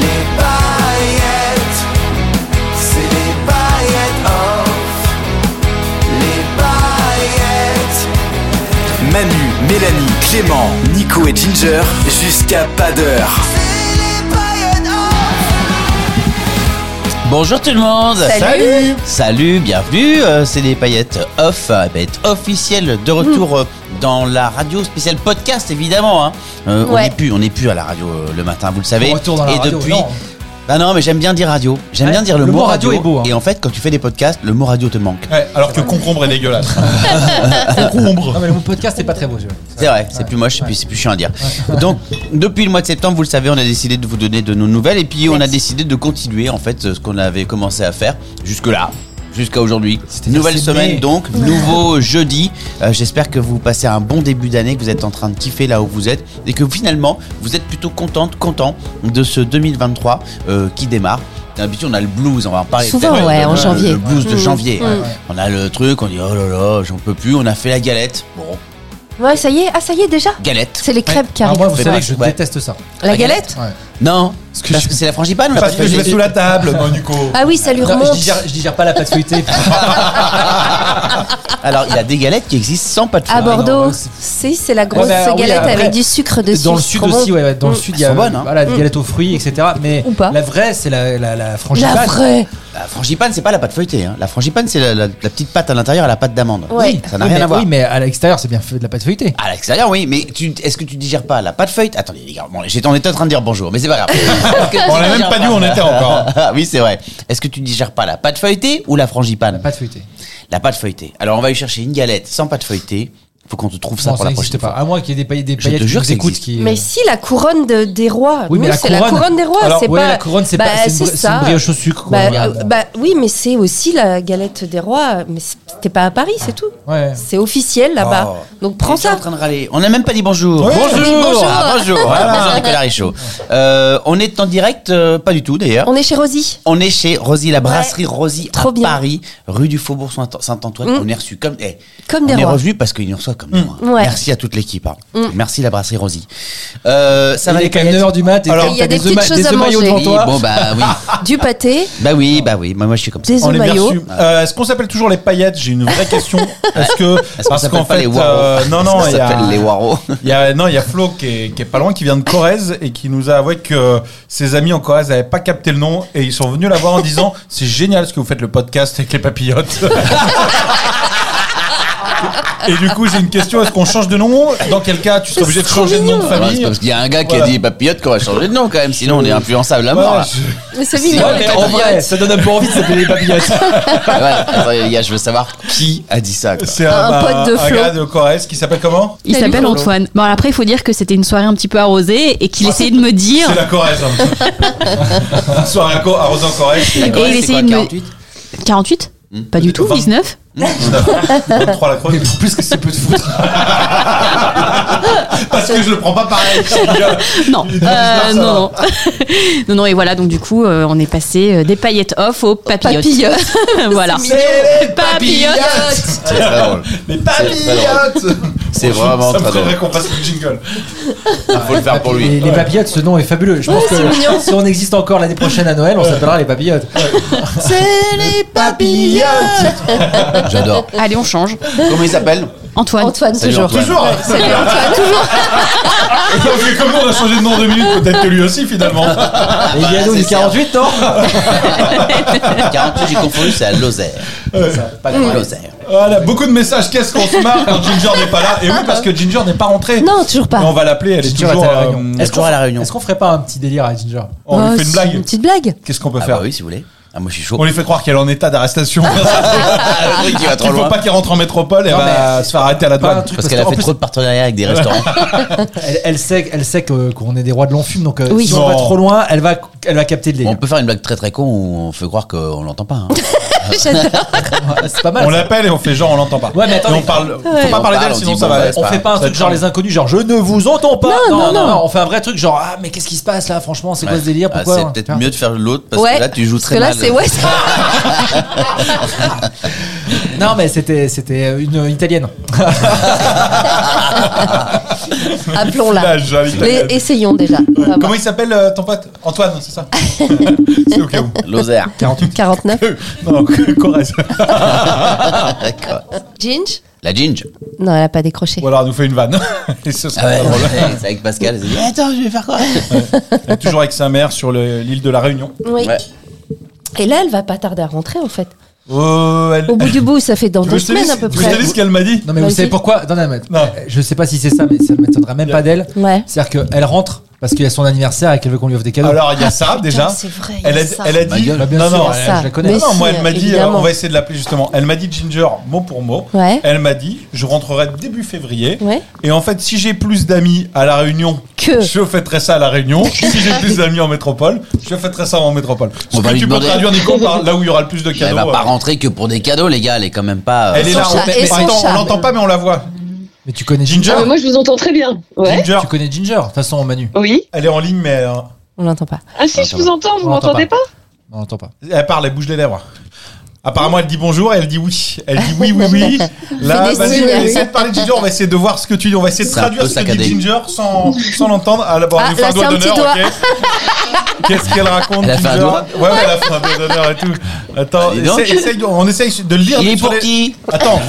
Les paillettes, c'est les paillettes off. Les paillettes. Manu, Mélanie, Clément, Nico et Ginger, jusqu'à pas d'heure. C'est les paillettes off. Bonjour tout le monde Salut Salut, bienvenue, euh, c'est les paillettes off, euh, paillettes officielles de Hmm. retour euh, dans la radio spéciale podcast évidemment. hein. Euh, On Ouais. n'est plus, on n'est plus à la radio euh, le matin, vous le savez. On retourne dans la et radio, depuis, non. bah non, mais j'aime bien dire radio. J'aime Ouais, bien dire le, mot radio. est beau, hein. Et en fait, quand tu fais des podcasts, le mot radio te manque. Ouais, alors que concombre est dégueulasse. concombre. Non mais le mot podcast c'est pas très beau. Je... C'est vrai, c'est plus moche et puis c'est plus chiant à dire. Donc, depuis le mois de septembre, vous le savez, on a décidé de vous donner de nos nouvelles et puis on a décidé de continuer en fait ce qu'on avait commencé à faire jusque-là. Jusqu'à aujourd'hui. Nouvelle c'est semaine mai. donc, nouveau jeudi. Euh, J'espère que vous passez un bon début d'année, que vous êtes en train de kiffer là où vous êtes et que finalement vous êtes plutôt contente, content de ce 2023 euh, qui démarre. D'habitude on a le blues, on va en parler Souvent, peut-être, ouais, le- en le- janvier. Le blues de Mmh. janvier. Mmh. On a le truc, on dit oh là là, j'en peux plus, on a fait la galette. Bon, Ouais, ça y est, ah ça y est déjà galette. C'est les crêpes qui Alors arrivent. Ah, moi vous Fais savez pas, que je ouais. déteste ça. La galette Ouais. Non, parce que, c'est la frangipane ou la Parce que je vais sous la table, Monuco. Ah oui, ça lui Non, je, remonte. digère, je digère pas la pâte feuilletée. Alors, il y a des galettes qui existent sans pâte À feuilletée. Bordeaux, non, c'est- si, c'est la grosse Ouais, mais alors, oui, galette après, avec du sucre dessus. dans le c'est sud trop bon. aussi, ouais, ouais, dans le Mm. sud il Elles y a sont bonnes, hein. voilà, des galettes aux fruits, etc. Mais Ou pas. la vraie c'est la, la, la frangipane. La vraie bah, La frangipane, c'est pas la pâte feuilletée. hein. La frangipane, c'est la, la- la petite pâte à l'intérieur à la pâte d'amande. Ouais. Ça n'a Oui, rien mais- à voir. Oui mais à l'extérieur c'est bien fait de la pâte feuilletée. À l'extérieur, oui, mais tu- est-ce que tu digères pas la pâte feuilletée Attendez, les gars, bon, j'étais- on était en train de dire bonjour, mais c'est pas grave. Est-ce que tu On l'a digères même pas dit où on était encore. oui, c'est vrai. Est-ce que tu digères pas la pâte feuilletée ou la frangipane Pâte feuilletée. La pâte feuilletée. Alors, on va y chercher une galette sans pâte feuilletée. Faut qu'on te trouve ça Non, ça pour la n'existe prochaine pas. fois. À moins qu'il y ait des paillettes, des Je te paillettes qui jure nous que ça écoutent existe. qui. Mais si, la couronne de- des rois. euh, Oui, mais Nous, la c'est la couronne- couronne des rois. Alors, C'est ouais, pas... la couronne, c'est pas- Bah, c'est une bri- c'est ça. une brioche au sucre, quoi, Bah, regarde. euh, bah, oui, mais c'est aussi la galette des rois. Mais c'était pas à Paris, c'est tout. Ouais. Oh. C'est officiel là-bas. Donc prends Les gens ça. en train de râler. On n'a même pas dit bonjour. Bonjour. Oui, bonjour. Ah, bonjour. Voilà, bonjour, Nicolas Richaud. Euh, on est en direct, euh, pas du tout d'ailleurs. On est chez Rosie. On est chez Rosie, la brasserie Rosie Trop à bien. Paris, rue du Faubourg Saint- Saint-Antoine. Mm. On est reçu comme, eh, Comme on des est rois. revenu parce qu'ils nous reçoivent comme des rois. Ouais. Mm. Merci à toute l'équipe. hein. Merci la brasserie Rosie. Euh, ça va Il est les quand même paillettes 9h du mat et Alors, t'as- Il y a t'as des des œufs petites ma- choses des à œufs maillots manger. devant Oui, toi. bon bah oui, Ah. Du pâté, bah oui, bah oui. Moi, moi, je suis comme ça. des On œufs est bien maillots. reçus. Euh, Est-ce qu'on s'appelle toujours les paillettes J'ai une vraie question. Est-ce que Est-ce qu'on parce s'appelle qu'en pas fait, les Waro euh, non non, Ça il y s'appelle les a, Waro. il y a- non, il y a Flo qui est, qui est pas loin, qui vient de Corrèze et qui nous a avoué que euh, ses amis en Corrèze n'avaient pas capté le nom et ils sont venus la voir en disant c'est génial ce que vous faites le podcast avec les papillotes. Et du coup, j'ai une question. Est-ce qu'on change de nom Dans quel cas, tu serais obligé de changer de nom de Ouais, c'est famille parce qu'il y a un gars qui a Voilà. dit papillote qu'on va changer de nom quand même, sinon on est influençable à Ouais, mort. là. je- Mais c'est mignon. Ouais, mais en vrai, ça donne un peu envie de s'appeler les papillotes. Ah ouais, attends, les gars, je veux savoir qui a dit ça. quoi. C'est Un un, pote de un Flo. gars de Corrèze qui s'appelle comment Il Salut, s'appelle Lolo. Antoine. Bon, alors après, il faut dire que c'était une soirée un petit peu arrosée et qu'il essayait de me dire. Ah, C'est la Corrèze. Hein. Une soirée à Co- à Rosan Corrèze. Et D'accord, il c'est essayait quoi, de me. 48? 48 Pas du tout, Hmm. Vingt. 19 3 la Mais chronique. pour plus que c'est peu de foutre. Parce que je le prends pas pareil. Non, Il est dans Euh, le business, ça non, non. non, non, et voilà, donc du coup, euh, on est passé euh, des paillettes off aux papillotes. Papillotes. voilà. C'est les Papillotes. C'est très drôle. Les C'est papillotes C'est vraiment Ça me très ferait drôle. qu'on fasse le jingle. Il faut le faire pour Les, lui. les papillotes, ce nom est fabuleux. Je pense que si on existe encore l'année prochaine à Noël, on s'appellera les papillotes. C'est les papillotes. J'adore. Allez, on change. Comment il s'appelle Antoine. Antoine, Salut, toujours. Antoine. Toujours Et donc, vu comme on a changé de nom en deux minutes, peut-être que lui aussi finalement. Les Gano Ah, c'est du 48, non 48, Ah, j'ai confondu, c'est à Lozère. Pas de problème. Lozère. Voilà, beaucoup de messages. Qu'est-ce qu'on se marre quand Ginger n'est pas là Et oui, parce que Ginger n'est pas rentrée. Non, toujours Mais pas. on va l'appeler, elle est Ginger toujours. est à la euh, réunion. Est-ce qu'on va à la réunion Est-ce qu'on ferait pas un petit délire à Ginger on Oh, lui fait c'est une blague. petite blague. Qu'est-ce qu'on peut Ah faire bah oui, si vous voulez. Ah, moi, je suis chaud. On lui fait croire qu'elle est en état d'arrestation. Ah, le truc qui va trop Il faut loin. pas qu'elle rentre en métropole et Non, va se faire arrêter à la Pas un douane. truc, Parce qu'elle a qu'en fait plus, trop de partenariats avec des restaurants. Elle, elle sait, elle sait que- qu'on est des rois de l'enfume, donc euh, Oui. si on va Non. trop loin, elle va, elle va capter le Bon, on délire. peut faire une blague très très con où on fait croire qu'on l'entend pas. hein. Ouais, Ah, C'est pas mal. On ça. l'appelle et on fait genre on l'entend pas. Ouais, mais Et attendez. on parle. Faut On pas parler parle, d'elle on sinon dit, ça bon, va. bah, On pas- fait pas un ça truc te genre parle. les inconnus, genre je ne vous entends pas. Non, non, non. On fait un vrai truc genre ah mais qu'est-ce qui se passe là Franchement, c'est quoi ce délire Ah, Pourquoi c'est peut-être mieux de faire l'autre parce que là tu joues parce très que là, mal. c'est ouais, c'est- Non, mais c'était c'était une euh, italienne. appelons-la. Village, avec la- Les- Essayons déjà. On va voir. hein, Comment il s'appelle euh, ton pote Antoine, c'est ça C'est au cas où. euh, Lozère. 49. Non, Corrèze. Ginge La Ginge. Non, elle a pas décroché. Ou alors elle nous fait une vanne. Et ce Ah sera ouais, pas drôle. c'est c'est avec Pascal. elle s'est dit, Attends, je vais faire quoi Elle est toujours avec sa mère sur le- l'île de la Réunion. Oui. Ouais. Et là, elle va pas tarder à rentrer en fait. Oh, Euh, elle- Au bout du bout, ça fait dans Tu deux veux que je te semaines dise- à peu tu veux que je près. te dise ce qu'elle m'a dit Non, mais vous Vas-y. savez pourquoi non, non, mais- Non. Je sais pas si c'est ça, mais ça ne m'étonnerait même pas d'elle. Ouais. C'est-à-dire qu'elle rentre parce qu'il y a son anniversaire et qu'elle veut qu'on lui offre des cadeaux. Alors il y a ça déjà. Ah, c'est vrai, il y a Elle a, ça. elle a Ma dit. gueule. Bah, bien non, sûr, non, elle- ça. je la connais. Mais- non, si, moi elle m'a dit. évidemment. euh, on va essayer de l'appeler justement. Elle m'a dit Ginger mot pour mot. Ouais. Elle m'a dit je rentrerai début février. Ouais. Et en fait si j'ai plus d'amis à la Réunion, Que- je fêterai ça à la Réunion. si j'ai plus d'amis en métropole, je fêterai ça en métropole. On Ce va que lui tu peux demander. traduire Nico par là où il y aura le plus de cadeaux. Elle va euh, pas rentrer que pour des cadeaux, les gars. Elle est quand même pas. euh, Elle est Son là. chat on- et mais- son attends, on charme. l'entend pas mais on la voit. Mais tu connais Ginger. Ginger. Ah, mais moi, je vous entends très bien. Ouais. Ginger. Tu connais Ginger. De toute façon, Manu. Oui. Elle est en ligne mais euh, On l'entend pas. Ah si, je vous entends. Vous On l'entend m'entendez pas, On l'entend pas. elle parle, elle bouge les lèvres. Apparemment, elle dit bonjour et elle dit oui. Elle dit oui, oui, oui. Là, Fais des vas-y, signes, oui. essaie de parler de Ginger. On va essayer de voir ce que tu dis. On va essayer de C'est un traduire peu ce que saccadé. dit Ginger sans, sans l'entendre. Ah, là, bon, Ah, elle nous fait là, un doigt c'est un petit d'honneur. ok. Qu'est-ce qu'elle raconte, Elle a fait Ginger un doigt Ouais, ouais, elle a fait un doigt d'honneur et tout. Attends, Bah, dis donc. essaie- essaye- on essaye de lire. Il est sur pour les- qui Attends,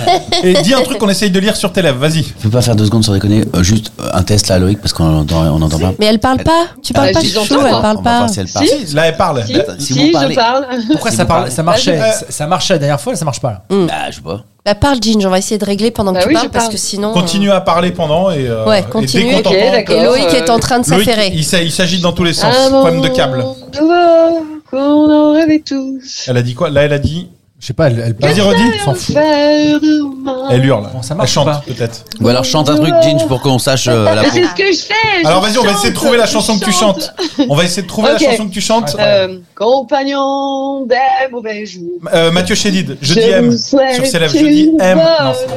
et dis un truc qu'on essaye de lire sur tes lèvres. Vas-y. Je peux pas faire deux secondes sans déconner. euh, juste euh, un test là, Loïc, parce qu'on entend, on entend pas. Mais elle parle pas. Tu parles Ah, pas, je Chouchou, l'entends elle pas. parle On va pas. voir si elle parle. Si. Là, elle parle. Si, Attends, si si, vous je parlez- parle. Pourquoi Si ça, vous parle, parlez. ça marchait Vas-y, euh, ça, ça marchait la dernière fois, là, ça marche pas. là. Ah, je sais pas. Bah, parle Ginge, on va essayer de régler pendant que Bah tu oui, parles je parce parle. que sinon. Continue à parler pendant et, euh, Ouais, et dès continue. qu'on Ok, t'entend, d'accord. Ah, euh, Et Loïc Euh, est en train de Loïc, s'affairer. il s'a- il s'agit dans tous les sens. Un Problème de monde câble. qu'on en rêvait tous. Elle a dit quoi Là, elle a dit. Je sais pas, elle, elle Vas-y, redis. Elle s'en fout. Faire humain. Elle hurle. Bon, ça marche elle chante pas. peut-être. Ou alors chante un truc, Ginge, pour qu'on sache euh, la Mais pro- c'est ce que je fais. Alors je vas-y, on va essayer de chante, trouver la je chanson que tu chante. chantes. On va essayer de trouver Ok. la chanson que tu chantes. Euh, compagnon des mauvais jours. Euh, Mathieu Chédid, je dis vous M. souhaite Sur ses lèvres, je une dis M. Non,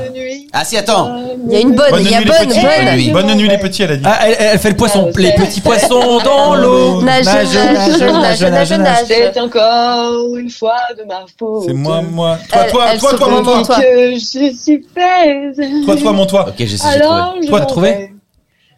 Bonne nuit. Ah si, attends. Il y a une bonne, il y a les bonne, petits. bonne. Bonne nuit. Bonne nuit, les petits, elle a dit. Ah, elle, elle fait le poisson. Ah, Les c'est- petits poissons dans l'eau. Nage, nage, nage, nage, nage. C'est encore une fois de ma faute. C'est moi, moi. Toi, Elle- toi, elle toi, se toi, mon toi. remonte. Que je suis faite. Toi, toi, mon toi. Ok, j'essaie de trouver. Alors, je Toi, t'as m'en trouvé vais.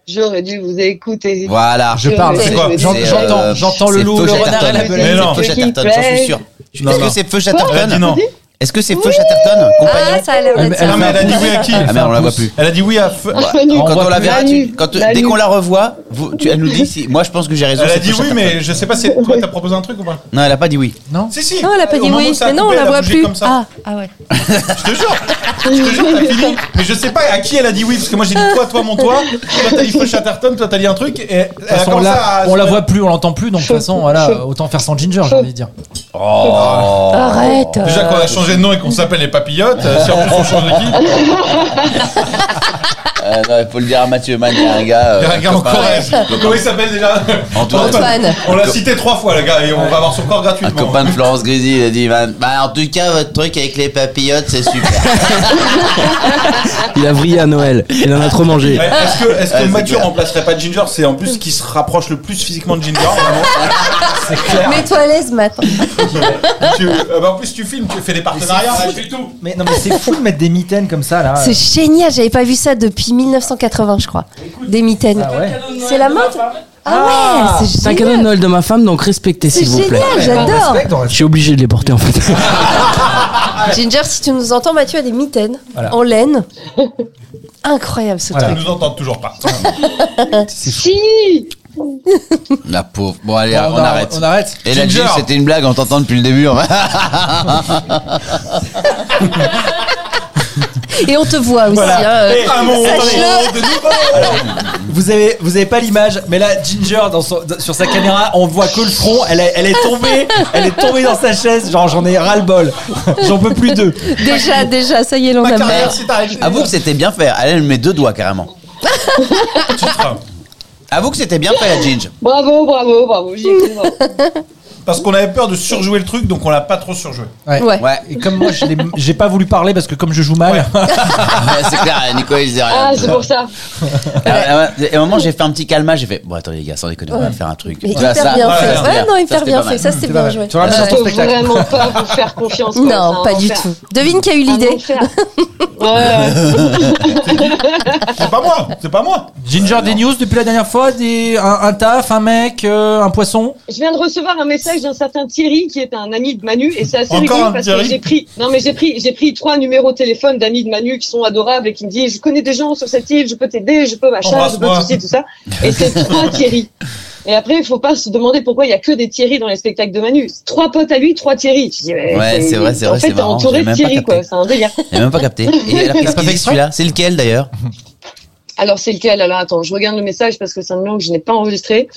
J'aurais dû vous écouter. Voilà. Je parle. C'est c'est- quoi j'en- C'est, euh, J'entends, j'entends le c'est loup, Feu le Chatterton. renard et la Mais belette. C'est non. Feu Chatterton, j'en suis sûr. Non, Est-ce non. que c'est Feu Elle a dit Chatterton non. Est-ce que c'est Feu Chatterton, compagnon Ah, ça a l'air Elle- d'être elle ça. Non, mais elle a dit oui à qui Ah merde, on la voit pouce. plus. Elle a dit oui à feu. Ah, Ouais. Manu, On Quand on voit la plus. verra, Manu, tu- quand- dès Manu. qu'on la revoit, vous- tu- elle nous dit si. Moi, je pense que j'ai raison. Elle a c'est dit Feu oui, Chatterton. mais je sais pas si toi t'as proposé un truc ou pas. Non, elle a pas dit oui. Non. Si, si. Euh, Non, elle a pas Au dit moment oui. où ça a Mais non, on coupé, la elle a voit bougé plus. comme ça. Ah, ah ouais. Je te jure, je te jure, t'as fini. Mais je sais pas à qui elle a dit oui, parce que moi j'ai dit toi, toi, mon toi. Toi t'as dit Feu Chatterton, toi t'as dit un truc, et elle De toute a façon, commencé là, à. on la voit plus, on l'entend plus, donc de toute façon, voilà, autant faire sans Ginger, j'ai envie de dire. Ah, Oh. Arrête. Déjà qu'on a changé de nom et qu'on s'appelle les papillotes, euh, si en plus on change d'équipe, Euh, non, il faut le dire à Mathieu Man, il y a un gars. euh, il y a un gars en copain. Corrèze. Comment il s'appelle déjà Antoine. Antoine. On l'a cité trois fois, le gars, et on va avoir son corps Un gratuitement. copain de Florence Grisy, il a dit bah, bah, en tout cas, votre truc avec les papillotes, c'est super. Il a vrillé à Noël. Il en a trop mangé. Ouais, Est-ce que, est-ce que Ouais, Ah, c'est Mathieu clair. remplacerait pas Ginger C'est en plus ce qui se rapproche le plus physiquement de Ginger. vraiment. C'est clair. Mets-toi à l'aise, Matt. Tu- euh, bah, en plus, tu filmes, tu fais des partenariats. tu fais tout. Mais non, mais c'est fou de mettre des mitaines comme ça, là. C'est génial, j'avais pas vu ça depuis 1980, je crois. Des mitaines. Ah ouais. C'est la mode Ah ouais, C'est c'est un cadeau de génial. Noël de ma femme, donc respectez C'est s'il vous plaît. génial, j'adore. Respecte, on Je suis obligé de les porter en fait. Ginger, si tu nous entends, Mathieu a des mitaines Voilà. en laine. Incroyable ce Ils truc. nous entendent toujours pas. Si La pauvre. Bon, allez, on, a- arrête. On arrête. Et la Ginger. Gilles, c'était une blague, on t'entend depuis le début. on va- Et on te voit aussi. Voilà. hein. Et un monde, euh, Sache-le. de nouveau. Vous avez, vous avez pas l'image, mais là, Ginger, dans son- dans- sur sa caméra, on voit que le front. Elle, est- elle est tombée, elle est tombée dans sa chaise. Genre, j'en ai ras le bol. J'en peux plus d'eux. Déjà, déjà, ça y est, l'on a marre. Ah Avoue que c'était bien fait. Elle, elle met deux doigts carrément. Avoue que c'était bien fait, la Ginge. Bravo, bravo, bravo, j'y ai cru, bravo. Parce qu'on avait peur de surjouer le truc, donc on l'a pas trop surjoué. Ouais. Ouais, Et comme moi, je l'ai- j'ai pas voulu parler parce que comme je joue mal. Ouais, c'est clair, Nico, il disait rien. Ah, c'est pour ça. Ah, ah, ouais. Et au moment, j'ai fait un petit calmage, j'ai fait Bon, attendez, les gars, sans déconner, on va faire un truc. Mais Voilà, hyper bien voilà, fait. c'était Ouais, bien. non, hyper c'était bien pas mal. fait. Ça, c'était pas bien mal. joué. Euh, Tu regardes Je sur ton peux spectacle. vraiment pas vous faire confiance. quoi. C'est Non, un pas du enfer. tout. Devine qui a eu Un l'idée. enfer. Ouais, C'est pas moi, c'est pas moi. Ginger, des news depuis la dernière fois des, un, un taf, un mec, euh, un poisson. Je viens de recevoir un message d'un certain Thierry qui est un ami de Manu et c'est assez Encore un rigolo parce Thierry que j'ai pris non mais j'ai pris j'ai pris trois numéros de téléphone d'amis de Manu qui sont adorables et qui me disent je connais des gens sur cette île je peux t'aider je peux machin je peux Embrasse-moi. ceci tout ça et c'est trois Thierry et après il faut pas se demander pourquoi il y a que des Thierry dans les spectacles de Manu C'est trois potes à lui trois Thierry Je dis, mais Ouais, c'est vrai, c'est en vrai, c'est fait t'es marrant, entouré j'ai de même pas Thierry capté. quoi c'est un délire J'ai même pas capté. Et alors, qu'est-ce qu'il dit celui-là C'est lequel d'ailleurs Alors c'est lequel Alors attends, je regarde le message parce que c'est un nom que je n'ai pas enregistré.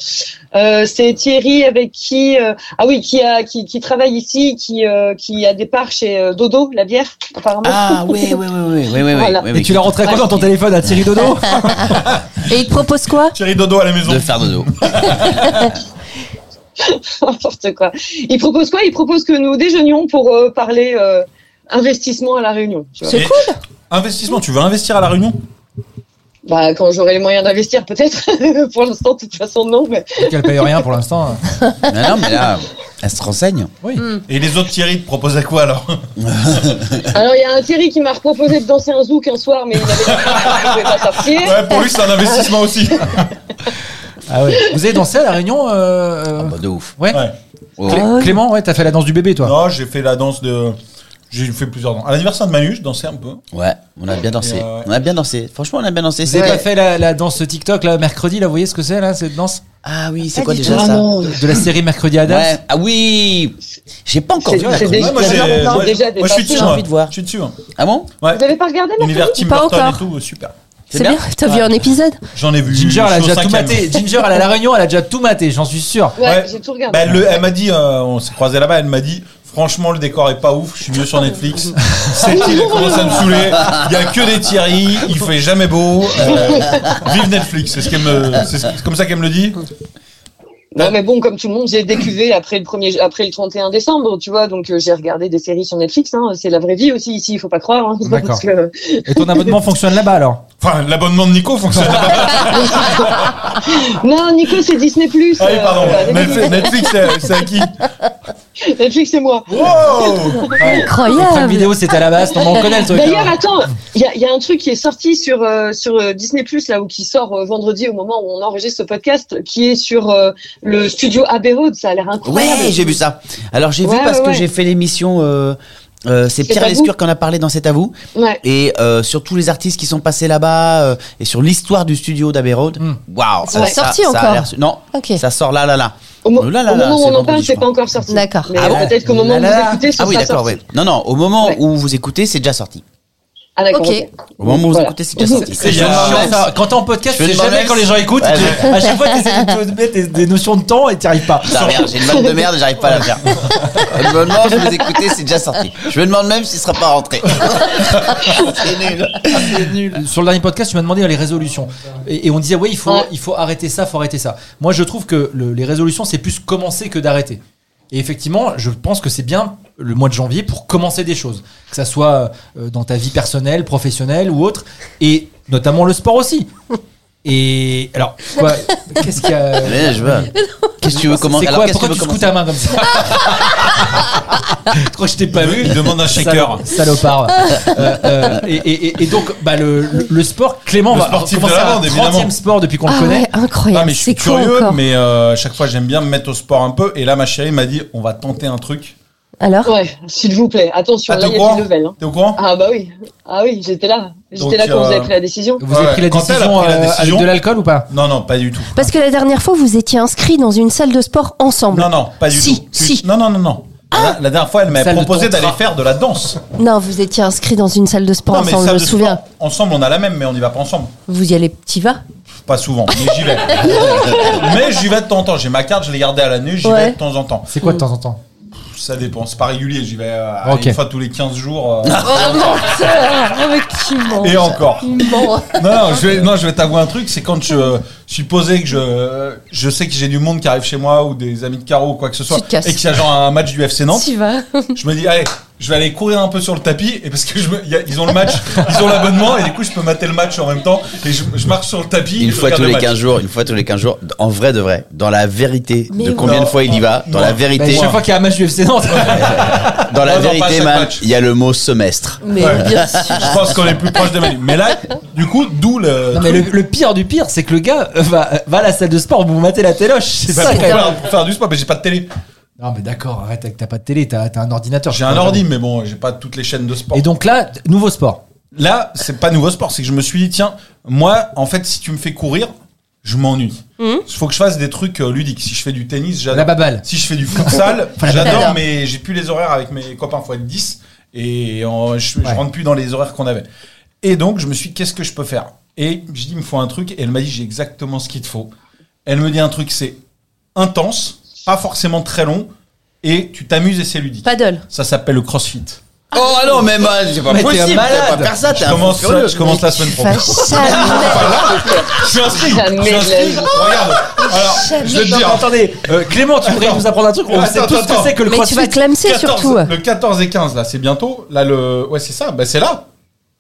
Euh, c'est Thierry avec qui euh, Ah oui, qui a qui, qui travaille ici, qui euh, qui a des parts chez euh, Dodo la bière apparemment. Ah, oui, oui, oui, oui, oui, oui, Voilà. oui, Et oui. tu l'as rentré quoi dans ton téléphone à Thierry Dodo Et il te propose quoi Thierry Dodo à la maison. De faire dodo. Ah. N'importe quoi. Il propose quoi Il propose que nous déjeunions pour euh, parler euh, investissement à la Réunion. tu vois. C'est Et- Investissement, tu veux investir à La Réunion Bah quand j'aurai les moyens d'investir peut-être. pour l'instant, de toute façon non. Mais... Qu'elle paye rien pour l'instant. hein. Non, non, mais là, elle se renseigne. Et les autres Thierry te proposent à quoi alors Alors il y a un Thierry qui m'a proposé de danser un zouk un soir, mais il avait... pouvait pas sortir. Ouais, pour lui, c'est un investissement aussi. Ah ouais. Vous avez dansé à la réunion euh, euh, Ah, bah, de ouf. Ouais. Ouais. Oh. Clé- Clément, ouais, t'as fait la danse du bébé, toi. Non, j'ai fait la danse de. J'ai fait plusieurs danses. À l'anniversaire de Manu, je dansais un peu. Ouais, on a bien dansé. Et, euh, On a bien dansé. Franchement, on a bien dansé. Vous avez C'est- pas fait la, la danse TikTok là mercredi là, vous voyez ce que c'est là cette danse Ah oui, c'est Pas quoi du déjà tout. ça de la série mercredi à Dance Ouais. Ah oui J'ai pas encore C'est- vu la c'est chronique. des- Ouais, moi, Non, j'ai- non, non, moi, déjà, des moi, je suis parties, dessus. j'ai moi. envie de voir. Je suis dessus. hein. Ah bon Ouais. Vous avez pas regardé la L'univers Tim Pas Burton et encore. tout, super. C'est bien. T'as Ouais. vu un épisode J'en ai vu. Ginger, je elle a suis au déjà tout cinquième. maté. Ginger, elle a la réunion, elle a déjà tout maté, j'en suis sûr. Ah, Ouais, Ouais. j'ai tout regardé. Bah, elle le- elle m'a dit, euh, on s'est croisé là-bas, elle m'a dit, franchement, le décor est pas ouf, je suis mieux sur Netflix. Cette île commence à me saouler, il y a que des Thierry, il fait jamais beau. euh, vive Netflix, c'est ce qu'elle me, c'est ce- c'est comme ça qu'elle me le dit. Non mais bon, comme tout le monde, j'ai décuvé après le premier, après le 31 décembre, tu vois. Donc euh, j'ai regardé des séries sur Netflix. Hein, c'est la vraie vie aussi ici, il faut pas croire. Hein, D'accord. parce que- Et ton abonnement fonctionne là-bas alors Enfin, l'abonnement de Nico fonctionne pas. Non, Nico, c'est Disney Plus. euh, Ah oui, pardon. Netflix, Netflix, c'est- c'est à qui Netflix, c'est moi. Wow La première Incroyable. vidéo c'était à la base, on m'en connaît le truc. D'ailleurs, attends, il y a, il y a un truc qui est sorti sur euh, sur euh, Disney Plus là, ou qui sort euh, vendredi au moment où on enregistre ce podcast, qui est sur euh, le studio Abbey Road. Ça a l'air incroyable. Ouais, j'ai vu ça. Alors j'ai vu Ouais, parce ouais, que ouais. j'ai fait l'émission. euh, euh, c'est C'est Pierre à vous Lescure qui en a parlé dans cet à vous Ouais. et euh, sur tous les artistes qui sont passés là-bas euh, et sur l'histoire du studio d'Abbey Road. Waouh, C'est pas sorti ça a encore l'air su- Non, Ok. ça sort là, là, là. Au, mo- Oh là là au là, moment où c'est on en vendredi, parle, je c'est crois. pas encore sorti. D'accord. Mais Ah bon peut-être qu'au moment Là, là, où là. vous écoutez, ce Ah oui, sera d'accord, sorti. oui. Non, non, au moment Ouais. où vous écoutez, c'est déjà sorti. Ah d'accord. Ok. ok. Au moment où vous Voilà. écoutez, c'est déjà sorti. C'est chiant de faire- Quand t'es en podcast, Je tu sais fais des jamais malaises. quand les gens écoutent. Ouais, tu- À chaque fois, t'essaies de te mettre des, des notions de temps et t'y arrives pas. Putain, merde, j'ai une vanne de merde et j'arrive pas à la faire. Je me demande, je vous écoutez, c'est déjà sorti. Je me demande même s'il sera pas rentré. c'est nul. Ah, C'est nul. Sur le dernier podcast, tu m'as demandé les résolutions. Et, et on disait, ouais, il faut, Ouais. il faut arrêter ça, faut arrêter ça. Moi, je trouve que le- les résolutions, c'est plus commencer que d'arrêter. Et effectivement, je pense que c'est bien le mois de janvier pour commencer des choses. Que ça soit euh, dans ta vie personnelle, professionnelle ou autre. Et notamment le sport aussi. Et alors, quoi, qu'est-ce qu'il y a Mais je veux. Qu'est-ce que tu veux commencer C'est Alors, quoi qu'est-ce que Pourquoi tu veux tu secoues commencer ta main comme ça Je crois que je t'ai pas vu. Il demande un Ah, shaker. Salo- Salopard. Euh, euh, et, et- et- et donc, bah, le, le- le sport, Clément bah, Le va sportif commencer de la à bande, 30e évidemment. sport depuis qu'on le Ah connaît. ouais, Non, incroyable. mais je suis C'est quoi curieux, encore mais euh, à chaque fois, j'aime bien me mettre au sport un peu. Et là, ma chérie m'a dit, on va tenter un truc. Alors Ouais, s'il vous plaît, attention, Ah, là t'es il y a au courant du level. hein. T'es au courant Ah bah oui, ah oui, j'étais là, Donc, j'étais là quand euh, vous avez pris la décision. Vous avez Ouais, pris la quand elle a décision, pris la euh, avec décision- de l'alcool ou pas Non, non, pas du tout. Parce que la dernière fois, vous étiez inscrit dans une salle de sport ensemble. Non, non, pas du Si, tout. Tu- si. Ah Non, non, non, non. La, la dernière fois, elle m'a Salle de proposé tantra. d'aller faire de la danse. Non, vous étiez inscrit dans une salle de sport mais ensemble, salle je me de souviens. sport, ensemble, on a la même, mais on n'y va pas ensemble. Vous y allez, t'y vas pas souvent, mais j'y vais. mais j'y vais de temps en temps. J'ai ma carte, je l'ai gardée à la nuit, j'y Ouais. vais de temps en temps. C'est quoi de temps en temps Pff, Ça dépend, c'est pas régulier, j'y vais euh, Ok. une fois tous les 15 jours. euh, Oh menteur Oh mais qui ment et encore. Il ment. Non, non, je vais, non, je vais t'avouer un truc, c'est quand je suis posé que je, je sais que j'ai du monde qui arrive chez moi ou des amis de Caro ou quoi que ce soit, Tu te casses. et qu'il y a genre un match du FC Nantes, Tu vas. je me dis allez, je vais aller courir un peu sur le tapis, et parce que je me- y a- ils ont le match, ils ont l'abonnement, et du coup je peux mater le match en même temps, et je, je marche sur le tapis. et Une je fois regarde tous le les match. 15 jours, une fois tous les 15 jours, en vrai de vrai, dans la vérité Mais de oui. combien de Non, fois il y va, non, dans la non. Bah, vérité, Chaque fois qu'il y a un match du FC Nantes. dans la Non, non, pas vérité, chaque man, match. il y a le mot semestre. Mais Ouais. bien sûr. Je pense qu'on est plus proche de Manu. Mais là, du coup, d'où le. Non, mais le, le pire du pire, c'est que le gars euh, va, euh, va à la salle de sport vous mater la téloche. C'est Bah, ça pour, quand même. faire, pour faire du sport, mais j'ai pas de télé. Non, mais d'accord, arrête, avec- t'as pas de télé, t'as t'as un ordinateur. J'ai un ordi, mais bon, j'ai pas toutes les chaînes de sport. Et donc là, nouveau sport. Là, c'est pas nouveau sport, c'est que je me suis dit, tiens, moi, en fait, si tu me fais courir, je m'ennuie. Il faut que je fasse des trucs euh, ludiques. Si je fais du tennis, La j'adore. baballe. Si je fais du futsal, la j'adore, baballe. mais j'ai plus les horaires avec mes copains, faut être 10. Et en- je, je Ouais. rentre plus dans les horaires qu'on avait. Et donc, je me suis dit, qu'est-ce que je peux faire Et j'ai dit, il me faut un truc. Et elle m'a dit, j'ai exactement ce qu'il te faut. Elle me dit un truc, c'est intense, pas forcément très long, et tu t'amuses et c'est ludique. Paddle. Ça s'appelle le crossfit. Oh ah non, mais man, c'est pas Mais t'es possible, un tu malade. vas pas faire ça, t'es Je un commence, fou furieux. je commence la semaine prochaine. Je suis inscrit. Jamais Je suis inscrit. de la vie. Regarde. Alors, je vais te dire. Attendez, euh, Clément, tu pourrais Attends. nous apprendre un truc. On Attends, sait tout ce que attends. c'est que le Mais tu vas crossfit. clamser 14, surtout. Le 14 et 15, là, c'est bientôt. Là, le. Ouais, c'est ça. Bah, c'est là.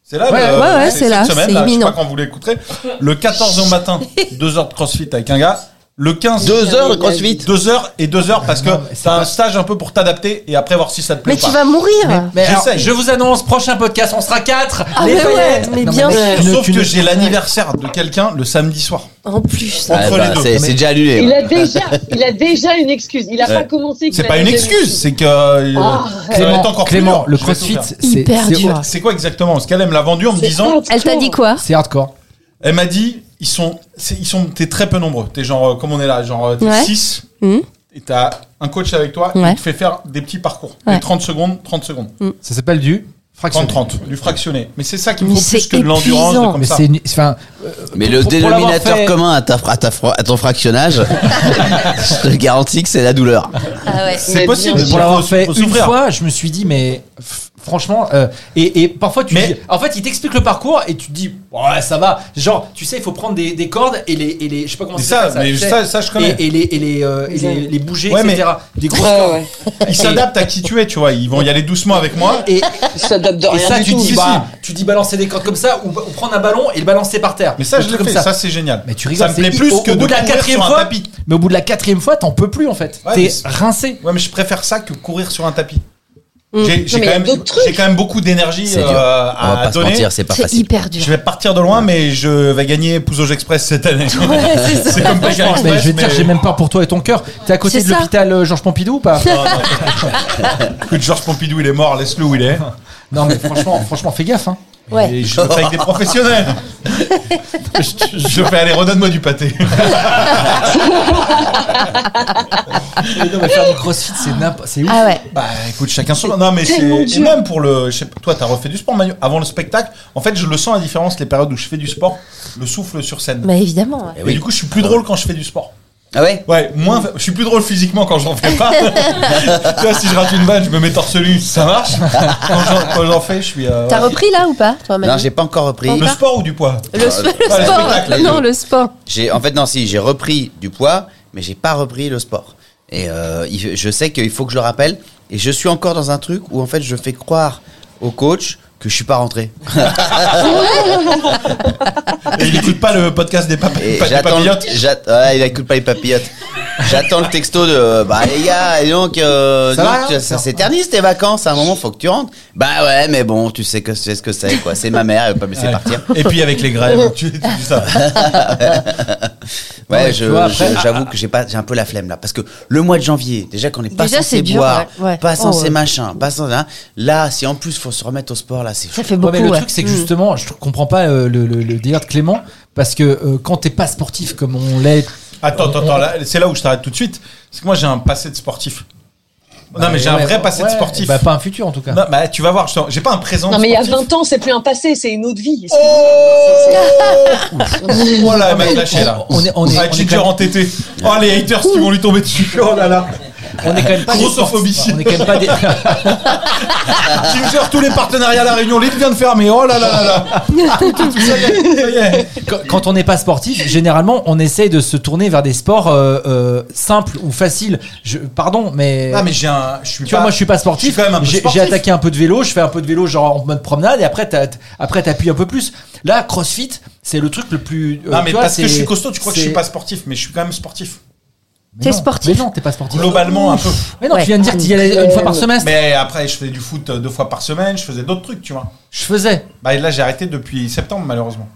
C'est là. Ouais, mais, euh, ouais, ouais, c'est cette là, Semaine, c'est là. Je imminent. sais pas quand vous l'écouterez. Le 14 au matin, 2 heures de crossfit avec un gars. Le 15. Deux heures de crossfit. 2 heures et 2 heures parce que Ah Non, mais c'est t'as pas- un stage un peu pour t'adapter et après voir si ça te plaît Mais ou pas. tu vas mourir. Mais alors, J'essaye. je vous annonce, prochain podcast, on sera quatre. Ah, les mais ouais, paillettes. mais Non, bien mec, sûr. ne- Sauf tu ne- que j'ai l'anniversaire de quelqu'un le samedi soir. En plus. Ah, Entre bah, les deux. c'est Non, mais- c'est déjà annulé. hein. Il ouais. a déjà, il a déjà une excuse. Il a Ouais. pas commencé. qu'il C'est a pas une déjà excuse, c'est que. euh, Ah, ça va être Clément, encore plus Clément dur. le Je vais tout crossfit, faire. c'est Hyper c'est- dur. Ah, C'est quoi exactement Parce qu'elle elle me l'a vendu en me C'est disant. hardcore. Elle t'a dit quoi C'est hardcore. Elle m'a dit, ils sont, c'est- ils sont, t'es très peu nombreux. T'es genre, euh, comme on est là, genre euh, t'es Ouais. 6 Hmm. Mhm. et t'as un coach avec toi Ouais. qui te fait faire des petits parcours. Ouais. Des 30 secondes, 30 secondes, Hmm. Ça s'appelle du fraction. 30-30, du fractionné. Mais c'est ça qui me Mais faut plus c'est que de l'endurance, de épuisant. comme Mais ça. c'est une- enfin, Mais Pour- le pour- pour l'avoir dénominateur fait- commun à, ta, fra- à, ta fra- à ton fractionnage, je te garantis que c'est la douleur. Ah ouais. C'est possible. pour l'avoir Faut- fait faut une souffrir. fois, je me suis dit, mais f- franchement, euh, et, et parfois tu Mais- dis, en fait, il t'explique le parcours et tu te dis, ouais, ça va. Genre, tu sais, il faut prendre des, des cordes et les, et les, je sais pas comment Mais ça ça, s'appelle, mais tu sais, ça, ça, je connais. Et, et les, et les, euh, et les, les bouger, Ouais, mais- etc. Des grosses Ouais, cordes. ouais. Ils s'adaptent à qui tu es, tu vois. Ils vont y aller doucement avec moi. Et, Ça date de et rien ça, du tu tout. dis, Si, bah, tu dis balancer des cordes comme ça ou, ou prendre un ballon et le balancer par terre. Mais ça, Des je trucs l'ai fait. comme Ça, c'est génial. Mais tu rigoles, Ça me c'est- plaît il- plus au- que au de bout de la courir quatrième sur un fois- tapis. Mais au bout de la quatrième fois, t'en peux plus en fait. Ouais, mais T'es c'est- rincé. Ouais, mais je préfère ça que courir sur un tapis. Mm. J'ai j'ai Hmm. mais quand, il y a même- d'autres trucs. j'ai quand même beaucoup d'énergie C'est dur. euh, On va à pas se donner. mentir, c'est pas C'est facile. hyper dur. Je vais partir de loin, mais je vais gagner Pouzoge Express cette année. c'est comme Pékin Express. Mais je vais te dire, j'ai même peur pour toi et ton cœur. T'es à côté C'est de ça. l'hôpital euh, Georges Pompidou ou pas Écoute, Georges Pompidou, il est mort, laisse-le où il est. Non, mais franchement, franchement, fais gaffe. Hein. Ouais. Et je le fais avec des professionnels. je, je fais, allez, redonne-moi du pâté. Non, mais faire du crossfit, c'est n'importe. C'est ouf. Ah ouais. Bah, écoute, chacun son. Non, mais c'est. tellement Et dur. même pour le. je sais pas, toi, t'as refait du sport, Manu. Avant le spectacle, en fait, je le sens la différence, les périodes où je fais du sport, le souffle sur scène. Bah évidemment. ouais. Eh Et oui. du coup, je suis plus drôle quand je fais du sport. Ah ouais Ouais, moins. Je suis plus drôle physiquement quand j'en fais pas. tu vois, si je rate une balle, je me mets torse nu, ça marche. Quand j'en- quand j'en fais, je suis. euh, T'as ouais. repris là ou pas toi Non, j'ai pas encore repris. Le sport ou du poids Le, sp- le pas le sport. spectacle, non, le sport. J'ai en fait non si j'ai repris du poids, mais j'ai pas repris le sport. Et euh, il- je sais qu'il faut que je le rappelle. Et je suis encore dans un truc où en fait je fais croire au coach que je suis pas rentré. Et il n'écoute pas le podcast des, pap Et pa- des j'attends. papillotes j'att- ouais, il écoute pas les papillotes. J'attends le texto de euh, bah les gars et donc euh, Ça donc, va, ça, hein s'éternise tes vacances. À un moment faut que tu rentres. Bah ouais mais bon tu sais que tu sais ce que c'est quoi. C'est ma mère elle veut pas me laisser Ouais. partir. Et puis avec les grèves, tu, tu dis ça. Ouais, mais je- tu vois, je- après- ah, j'avoue que j'ai pas, j'ai un peu la flemme là, parce que le mois de janvier, déjà qu'on n'est pas Déjà, censé c'est dur, boire, ouais, ouais. pas Oh, censé ouais. machin, pas censé hein. là, si en plus faut se remettre au sport là, c'est Ça fait Ouais, beaucoup. mais le ouais. truc, c'est que Mm. justement, je comprends pas euh, le, le- le délire de Clément parce que euh, quand t'es pas sportif comme on l'est, Attends, attends, attends, là, c'est là où je t'arrête tout de suite. C'est que moi j'ai un passé de sportif. Non, mais j'ai un vrai passé de sportif. euh, Bah, pas un futur en tout cas. Non, bah, tu vas voir, je t'en- j'ai pas un présent. Non, mais il y a sportif. 20 ans, c'est plus un passé, c'est une autre vie. Voilà, elle Oh m'a clashé là. Oh On est, on est, Avec on est Ginger quand même- entêté. Oh, les haters qui vont lui tomber dessus. Oh là là. on est quand même pas des Grossophobie. sportifs. hein. On est quand même pas des. Ginger, tous les partenariats à la Réunion, l'île vient de fermer. Oh là là là là. Ça y est, ça y est. Quand- quand on n'est pas sportif, généralement, on essaye de se tourner vers des sports euh, euh, simples ou faciles. Je, pardon, mais. Ah, mais j'ai un. Je suis Tu vois, moi je suis pas sportif. je suis quand même un peu J'ai- sportif. J'ai attaqué un peu de vélo, je fais un peu de vélo genre en mode promenade et après t'as- t- après t'appuies un peu plus. Là, CrossFit, c'est le truc le plus. euh, Non, Ah, mais tu vois, parce que c'est- je suis costaud, tu crois que je suis c'est- pas sportif, mais je suis quand même sportif. Mais T'es non, sportif. Mais non, t'es pas sportif. Globalement, un peu. Mais non, Ouais. tu viens de dire que t'y allais une fois par semestre. Mais après, je faisais du foot euh, deux fois par semaine, je faisais d'autres trucs, tu vois. Je faisais. Bah, et là, j'ai arrêté depuis septembre, malheureusement.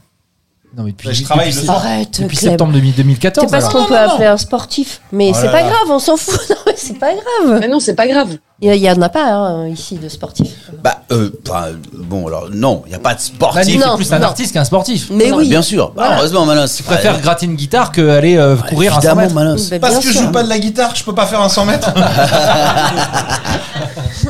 Non, mais depuis, Je travaille depuis, le soir. Arrête, depuis Clem. septembre 2000- 2014. C'est pas ce alors. qu'on peut appeler un sportif. Mais Oh c'est là pas là. grave, on s'en fout. Non, mais c'est pas grave. Mais non, c'est pas grave. Il y en a pas hein, ici de sportif. Bah, euh, bah, bon, alors, non, il n'y a pas de Manu, sportif. t'es Non, plus un non. artiste qu'un sportif. Mais oui. Bien sûr, bah, heureusement, Manos. Tu préfères gratter une guitare que aller euh, courir un 100 Évidemment, mètres. Manos. Bah, Parce bien que je sûr. joue pas de la guitare, je peux pas faire un 100 mètres.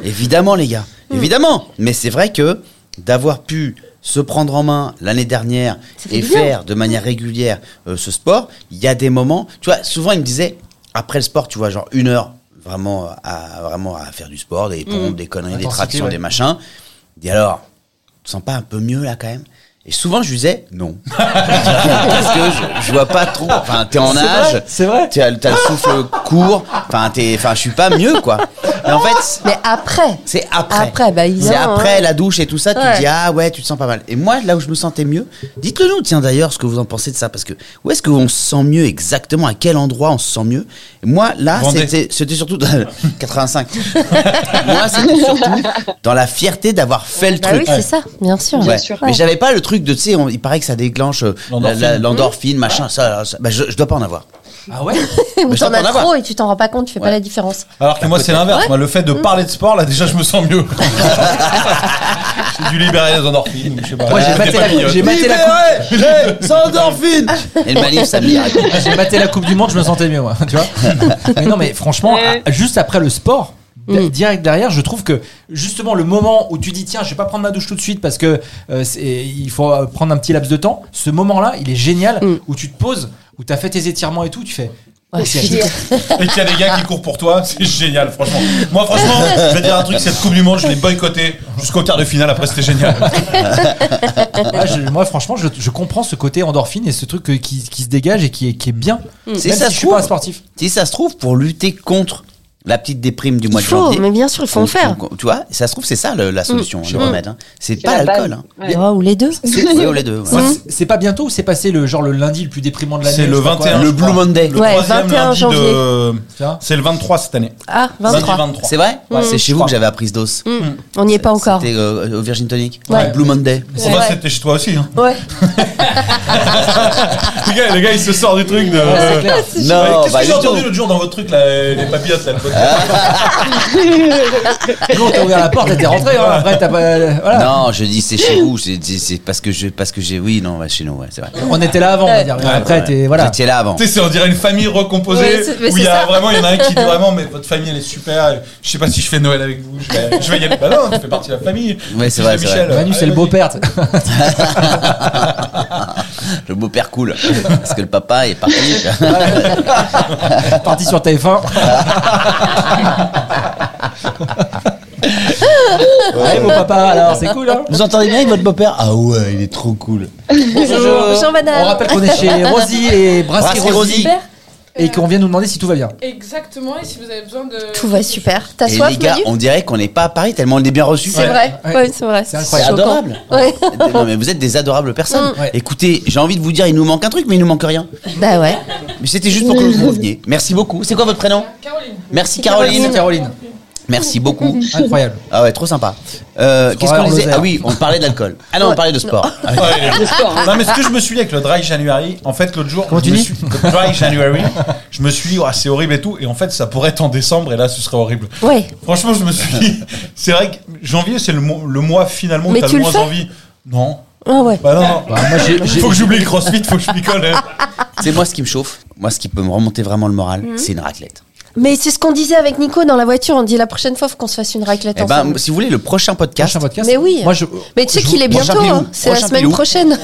Évidemment, les gars. Hmm. Évidemment. Mais c'est vrai que d'avoir pu se prendre en main l'année dernière Ça fait et du bien. faire de manière régulière euh, ce sport, il y a des moments. Tu vois, souvent, il me disait, après le sport, tu vois, genre une heure vraiment à, vraiment à faire du sport, des Hmm. pompes, des conneries, des Intensité, tractions, ouais. des machins. Il dit alors, tu sens pas un peu mieux là quand même et souvent je lui disais non parce que je, je vois pas trop enfin t'es en C'est âge vrai, c'est vrai. t'as t'as le souffle court enfin t'es enfin je suis pas mieux quoi mais en fait Mais après. c'est après. Après, bah, évidemment, C'est après hein. la douche et tout ça, tu Ouais. te dis ah ouais, tu te sens pas mal. Et moi, là où je me sentais mieux, dites-le nous, tiens d'ailleurs, ce que vous en pensez de ça, parce que où est-ce qu'on se sent mieux exactement À quel endroit on se sent mieux Et Moi, là, Vendée. c'était c'était surtout dans 85. moi, c'était surtout dans la fierté d'avoir fait le Bah truc. oui, c'est ça, bien sûr. Ouais. Bien sûr. Mais j'avais pas le truc de, tu sais, on- il paraît que ça déclenche euh, la- la- l'endorphine, machin, ça, ça- bah, je, je dois pas en avoir. Ah ouais Ou je t'en t'en as avoir. trop et tu t'en rends pas compte, tu fais Ouais. pas la différence. Alors que moi, c'est l'inverse. Moi, le fait Mm. de parler de sport, là, déjà, je me sens mieux. J'ai dû libérer les endorphines, ou je sais pas. Moi, j'ai Des maté la- papillotes. j'ai maté la Libérez Hey, sans endorphine Et le malif, ça me dit, arrête. J'ai maté la Coupe du Monde, je me sentais mieux, moi. Tu vois mais non, mais franchement, Euh. Ouais. à- juste après le sport, d- Mm. direct derrière, je trouve que justement le moment où tu dis tiens, je vais pas prendre ma douche tout de suite parce que euh, c'est- il faut euh, prendre un petit laps de temps, ce moment-là, il est génial où tu te poses, où tu as fait tes étirements et tout, tu fais. Mm. oh, Ouais, c'est- je suis- Et qu'il y a des gars qui courent pour toi, c'est génial, franchement. Moi, franchement, je vais dire un truc, cette Coupe du Monde, je l'ai boycottée jusqu'au quart de finale, après, c'était génial. Ah, je- moi, franchement, je, je comprends ce côté endorphine et ce truc que- qui, qui se dégage et qui est, qui est bien. Si Même ça si se je suis pas trouve- un sportif. Si ça se trouve, pour lutter contre la petite déprime du mois Il de faut, janvier. mais bien sûr, il faut en qu'on- faire. Mm. qu'on- Tu vois, ça se trouve, c'est ça le- la solution, le remède. hein. C'est pas la l'alcool. base. hein. Ouais. Oh, ou les deux. C'est ouais, ou les deux. ouais. Moi, c'est- C'est pas bientôt ou c'est passé le genre le lundi le plus déprimant de l'année C'est je le sais pas quoi, 21. Le je Blue crois. Monday. Le Ouais, troisième 21 lundi janvier. de- tu vois. C'est le 23 cette année. Ah, Lundi 23. 23. C'est vrai Ouais, C'est chez je vous crois. que j'avais appris ce dos. Mm. On n'y est pas encore. Hmm. C'était euh, au Virgin Tonic. Ouais. Le Blue Monday. Bon, bah, c'était chez toi aussi. Hein. Ouais. Le, gars, le gars, il se sort du truc de. C'est clair. Ouais, Non, Qu'est-ce bah, que j'ai du entendu tout. Ah. l'autre jour dans votre truc, là, les papillotes, là, le podcast Non, t'as ouvert la porte, t'es rentré. hein. Après, t'as pas. Voilà. Non, je dis c'est chez vous. C'est c'est parce que je, parce que j'ai. Oui, non, ouais, chez nous, ouais, c'est vrai. On était là avant, on va dire. Mais après, Ouais. t'es voilà. Vous étiez là avant. Tu sais, c'est on dirait une famille recomposée Ouais, c'est- mais où il y c'est a ça. vraiment, il y en a un qui dit vraiment, mais votre famille elle est super, je sais pas si je fais Noël avec vous, je vais, je vais y aller. Bah non, tu fais partie de la famille. Ouais, c'est vrai, c'est vrai. Michel, Manu, c'est allez, le beau-père. Le beau-père cool. Parce que le papa est parti. t'es parti sur TF1. ouais, mon papa, alors c'est cool. Hein Vous entendez bien avec votre beau-père Ah ouais, il est trop cool. Bonjour, Jean Vanal. On rappelle qu'on est chez Rosie et Brasserie Brasserie Rosie. Ah, Rosie. Et qu'on vient nous demander si tout va bien. Exactement, et si vous avez besoin de. Tout va super. T'as Et soif, les gars, Manu on dirait qu'on n'est pas à Paris tellement on est bien reçu. C'est vrai. Ouais. Ouais, c'est vrai. C'est C'est incroyable. adorable. Ouais. Non, mais vous êtes des adorables personnes. Mm. Ouais. Écoutez, j'ai envie de vous dire, il nous manque un truc, mais il nous manque rien. Bah ouais. Mais c'était juste pour que vous reveniez. Merci beaucoup. C'est quoi votre prénom Caroline. Merci Caroline. Caroline, Merci beaucoup. incroyable. Ah ouais, trop sympa. Euh, Qu'est-ce Ouais, qu'on on disait osait. Ah oui, on parlait d'alcool. Ah non, on parlait de sport. Ouais, allez. hein. Non, mais ce que je me suis dit avec le dry January, en fait, l'autre jour, Comment je tu me dis suis, le dry January, je me suis dit, Ouah, c'est horrible et tout, et en fait, ça pourrait être en décembre, et là, ce serait horrible. Ouais. Franchement, je me suis dit, c'est vrai que janvier, c'est le, mo- le mois finalement où Mais t'as tu le le moins fais envie. Non. Ah ouais. Bah non, non. Bah, moi, j'ai- j'ai- faut que j'oublie le crossfit, faut que je picole. hein. Mhm. C'est moi ce qui me chauffe. Moi, ce qui peut me remonter vraiment le moral, c'est une raclette. Mais c'est ce qu'on disait avec Nico dans la voiture. On dit la prochaine fois, faut qu'on se fasse une raclette Eh ben, ensemble. si vous voulez, le prochain podcast. Mais oui. Moi, je- Mais tu sais je- qu'il est prochain bientôt. Pilou, hein. C'est la prochain semaine Pilou. prochaine.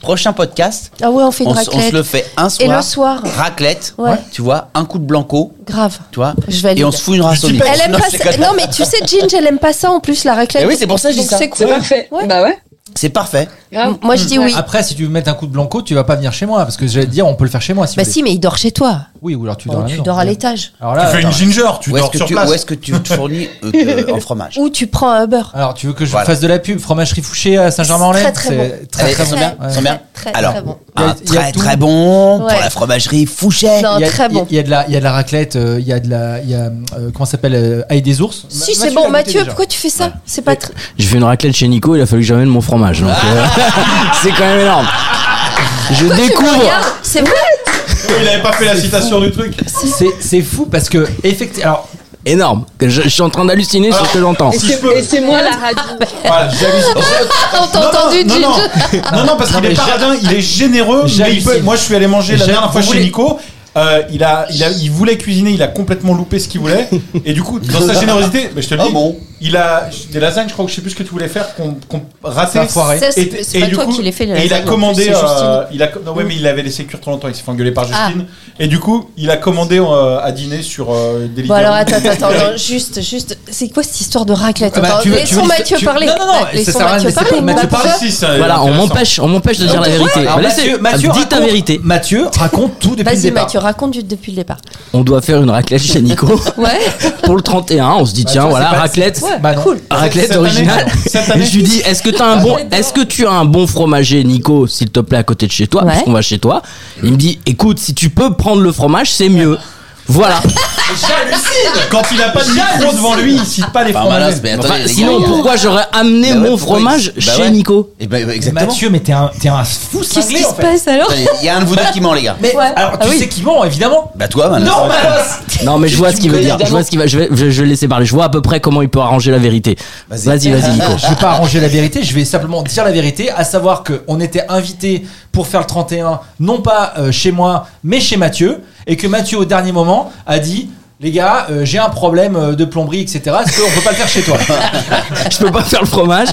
Prochain podcast. Ah ouais, on fait une On, s- on raclette. se le fait un Et soir. le soir. Raclette. Ouais. Tu vois, un coup de blanco. Grave. Tu vois. Je valide. Et on se fout une race au lit. Elle aime Non, pas je ça. déconne. Non, mais tu sais, Ginge, elle aime pas ça en plus, la raclette. Eh oui, c'est pour ça que je dis Donc ça. C'est C'est cool. parfait. Bah ouais. C'est parfait. grave. Moi, je dis oui. Après, si tu veux mettre un coup de blanco, tu vas pas venir chez moi parce que j'allais te dire, on peut le faire chez moi. Si Bah vous voulez. si, mais il dort chez toi. Oui, ou alors tu dors. Bon, la tu maison. dors à l'étage. Alors Tu là, fais une Ah, attends. ginger, tu Où est-ce dors que sur tu, place. où est-ce que tu te fournis euh, euh, en fromage Ou tu prends un Uber. Alors, tu veux que je Voilà. fasse de la pub Fromagerie Fouché à Saint-Germain-en-Laye Très, très C'est Allez, très très ils sont bon. bien, ils sont Très, bien. très, très Alors, bon. Il y a- un il y a très tout. très bon Ouais. pour la fromagerie Fouchet. Non, Il y a- très il y a- bon. Il y a de la, il y a de la raclette, euh, il y a de la, il y a euh, comment ça s'appelle, euh, ail des ours. Ma- Si, c'est l'a bon, goûté Mathieu, déjà. pourquoi tu fais ça C'est pas très. J'ai fait une raclette chez Nico, il a fallu que j'amène mon fromage. donc, euh, c'est quand même énorme. Je Pourquoi tu me découvre. regardes C'est vrai Il avait pas fait la citation du truc. C'est c'est fou parce que effectivement, alors Énorme. Je, je suis en train d'halluciner sur ce que j'entends. Et c'est- et c'est moi la radio. Voilà, j'avise. On t'a entendu, non, Ginge non, non, non, parce Non, qu'il mais est j'a- paradin, il est généreux. Mais il j'hallucine. peut- moi, je suis allé manger la J'a- dernière fois vous chez voulez- Nico. euh, il, a, il, a, il voulait cuisiner, il a complètement loupé ce qu'il voulait. Et du coup, dans sa générosité, mais je te le Ah dis, bon il a des lasagnes, je crois que je sais plus ce que tu voulais faire, qu'on qu'on ratait. Ça a foiré. Ça, c'est- Et- c'est et pas du toi coup, qui l'ai fait, les Et il a lasagnes, en plus, commandé. c'est Justine. Mm. Ah. euh, il a, co- non, ouais, mais il avait laissé cuire trop longtemps, il s'est fait engueuler par Justine. Et du coup, il a commandé euh, à dîner sur euh, des Bon, livres. alors attends, attends, attends, juste, juste. C'est quoi cette histoire de raclette Ah bah, Attends, tu veux- tu Laissons veux- Mathieu tu- parler. non, non, non, ça laissons sert à rien de Mathieu laisser parler. Mathieu on a parler. pas- Si, ça, Voilà, on intéressant. m'empêche, on m'empêche de dire la vérité. Ah, Bah, Alors, Laissez- Mathieu, Mathieu dis ta raconte- vérité. Mathieu raconte tout depuis le Vas-y, départ. Mathieu, raconte du- depuis le départ. On doit faire une raclette chez Nico Ouais, pour le 31. On se Bah, dit Bah, tiens, Mathieu, voilà, c'est pas- raclette. Ouais, bah non. cool. Raclette Cette originale. année, cette Et année. je lui dis, est-ce que t'as un bon, est-ce que tu as un bon fromager, Nico, s'il te plaît, à côté de chez toi, Ouais. puisqu'on va chez toi. Il me dit, écoute, si tu peux prendre le fromage, c'est mieux. Voilà. Quand il a pas de micro devant lui, il cite pas les Pas fromages. malin, mais attendez, Enfin, les gars, sinon, il y a- pourquoi j'aurais amené Bah ouais, mon pourquoi fromage il- bah chez ouais. Nico Et ben, exactement. Mathieu, mais t'es un, t'es un fou Qu'est-ce qui cinglé en se fait. passe alors Attendez, Il y a un de vous deux qui ment, les gars. Mais Ouais. alors tu Ah oui. sais qui ment évidemment. Bah toi, Manos. Non, Manos. Ah, Non, mais je vois Tu ce qu'il me veut connais, dire. Je vois évidemment. ce qu'il va, je vais, je vais le laisser parler. Je vois à peu près comment il peut arranger la vérité. Vas-y. Vas-y, vas-y, Nico. Je vais pas arranger la vérité, je vais simplement dire la vérité, à savoir que on était invité pour faire le 31, non pas euh, chez moi, mais chez Mathieu, et que Mathieu au dernier moment a dit. Les gars, euh, j'ai un problème euh, de plomberie, etc. Est-ce qu'on peut pas le faire chez toi Je peux pas faire le fromage.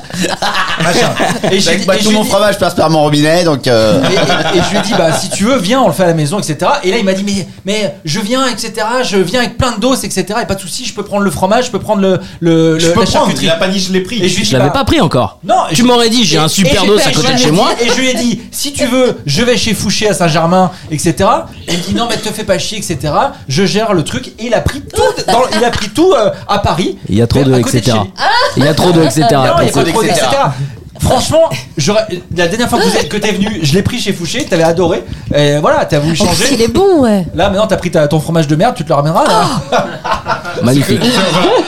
Machin. Et j'ai Avec dit- pas et Bah, tout j'ai mon dit- fromage passe par mon robinet, donc. euh, et, et- et je lui ai dit bah si tu veux viens on le fait à la maison etc et là il m'a dit mais mais je viens etc je viens avec plein de doses etc et pas de souci je peux prendre le fromage je peux prendre le le, Je le- peux la prendre, charcuterie il a pas dit je l'ai pris. et je lui ai Je dit l'avais bah, pas pris encore. non Tu m'aurais dit, j'ai un super dos dos à côté de chez moi. et je lui ai dit si tu veux je vais chez Fouché à Saint-Germain etc et il me dit non mais te fais pas chier etc je gère le truc et il a pris tout dans- il a pris tout euh, à Paris Il y a trop à de, côté etc. chez lui. Il y a trop de, etc. Non, il y a pour pas ça. de problème, etc. etc. Franchement, j'aurais- la dernière fois que, vous êtes- que t'es venu, je l'ai pris chez Fouché, t'avais adoré. Et voilà, t'as voulu En plus, il changer. est Ah, bon, ouais. Là, maintenant, t'as pris ta- ton fromage de merde, tu te le ramèneras. là. Magnifique.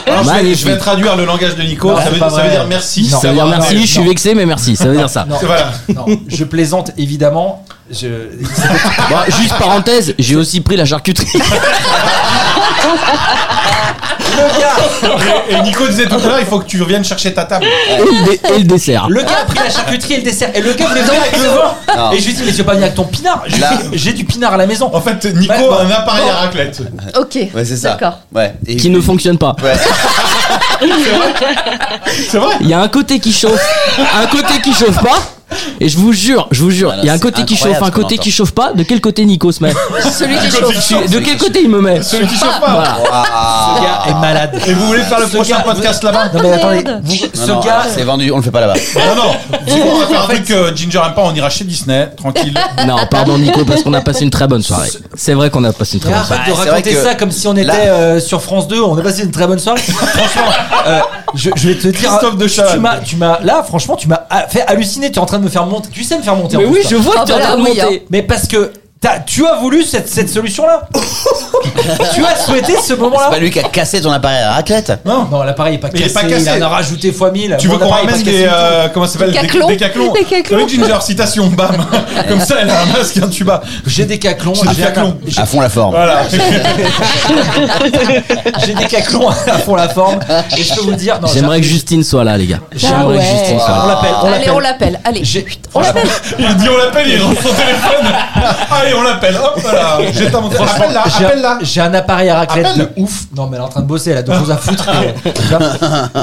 Alors, je, vais, Magnifique. je vais traduire le langage de Nico. Ah, Non, ça, c'est veut, pas ça veut vrai. dire merci. Non. Ça veut dire Non, merci, non. je suis vexé, mais merci. Ça veut dire ça. Non, Voilà. non, je plaisante évidemment. Je- Bon, juste parenthèse, j'ai aussi pris la charcuterie. Le, gars, Et, et Nico disait tout à l'heure, il faut que tu reviennes chercher ta table. et, le dé- et le dessert. le gars a pris la charcuterie et le dessert. Et le gars voulait venir avec le vin. Non. Et je lui ai dit, mais tu vas pas venir avec ton pinard. Je lui ai Là. dit, J'ai du pinard à la maison. En fait, Nico Bah, a un appareil à raclette. Ok. Ouais, c'est ça. D'accord. Ouais. Et- qui ne fonctionne pas. Ouais. C'est vrai Il y a un côté qui chauffe, un côté qui chauffe pas. Et je vous jure, je vous jure, Voilà, il y a un c'est côté qui incroyable chauffe, ce un qu'on côté qui entend. chauffe pas. De quel côté Nico se met Celui qui Nico, chauffe. tu chauffes. De quel côté il me met Celui qui chauffe pas. Voilà. Waouh. Le gars est malade. Et vous voulez faire le Ce prochain gars- podcast là-bas Non, mais attendez, Merde. vous- Non, ce non, ah, gars. c'est vendu, on le fait pas là-bas. Non, non. On va faire un truc que Ginger aime pas, on ira chez Disney, tranquille. Non, pardon Nico, parce qu'on a passé une très bonne soirée. C'est vrai qu'on a passé une très Mais bonne soirée. arrête Ah, de Bah, c'est raconter vrai que ça comme si on était là- euh, sur France 2, on a passé une très bonne soirée. franchement, euh, je, je vais te dire, Christophe de tu Chavannes. m'as, tu m'as, là, franchement, tu m'as ha- fait halluciner. Tu es en train de me faire monter. Tu sais me faire monter. en Mais plus, oui, toi. hein. je vois Ah, que tu es en bah train de là, oui, monter. Mais parce que t'as- tu as voulu cette, cette solution-là. tu as souhaité ce C'est moment-là. pas lui qui a cassé ton appareil à raclette. Non, non, l'appareil est pas Mais cassé. il est pas cassé. Il en a rajouté fois 1000. Tu Mon veux qu'on appareil est pas ramasse cassé des. du tout. euh, comment ça s'appelle Décathlon. Des caclons. Décathlon. Ginger, citation, bam. Comme ça, elle a un masque et un tuba. J'ai des caclons. Oh, J'ai euh, des j'ai un- caclons. j'ai- À fond la forme. Voilà. J'ai des caclons à fond la forme. Et je peux vous le dire. non, J'aimerais j'ai- que Justine soit là, les gars. J'aimerais que ouais. Justine soit là. On l'appelle. on Allez, l'appelle. on l'appelle. Allez. J'ai- On l'appelle. Il dit on l'appelle, il rentre son téléphone. Ah, Allez, on l'appelle. Hop là. J'ai ta montre. Franchement, Appelle là, j'ai- appelle là. J'ai un appareil à raclette Appelle. de ouf. Non, mais elle est en train de bosser, elle a d'autres choses à foutre. Et, tu vois,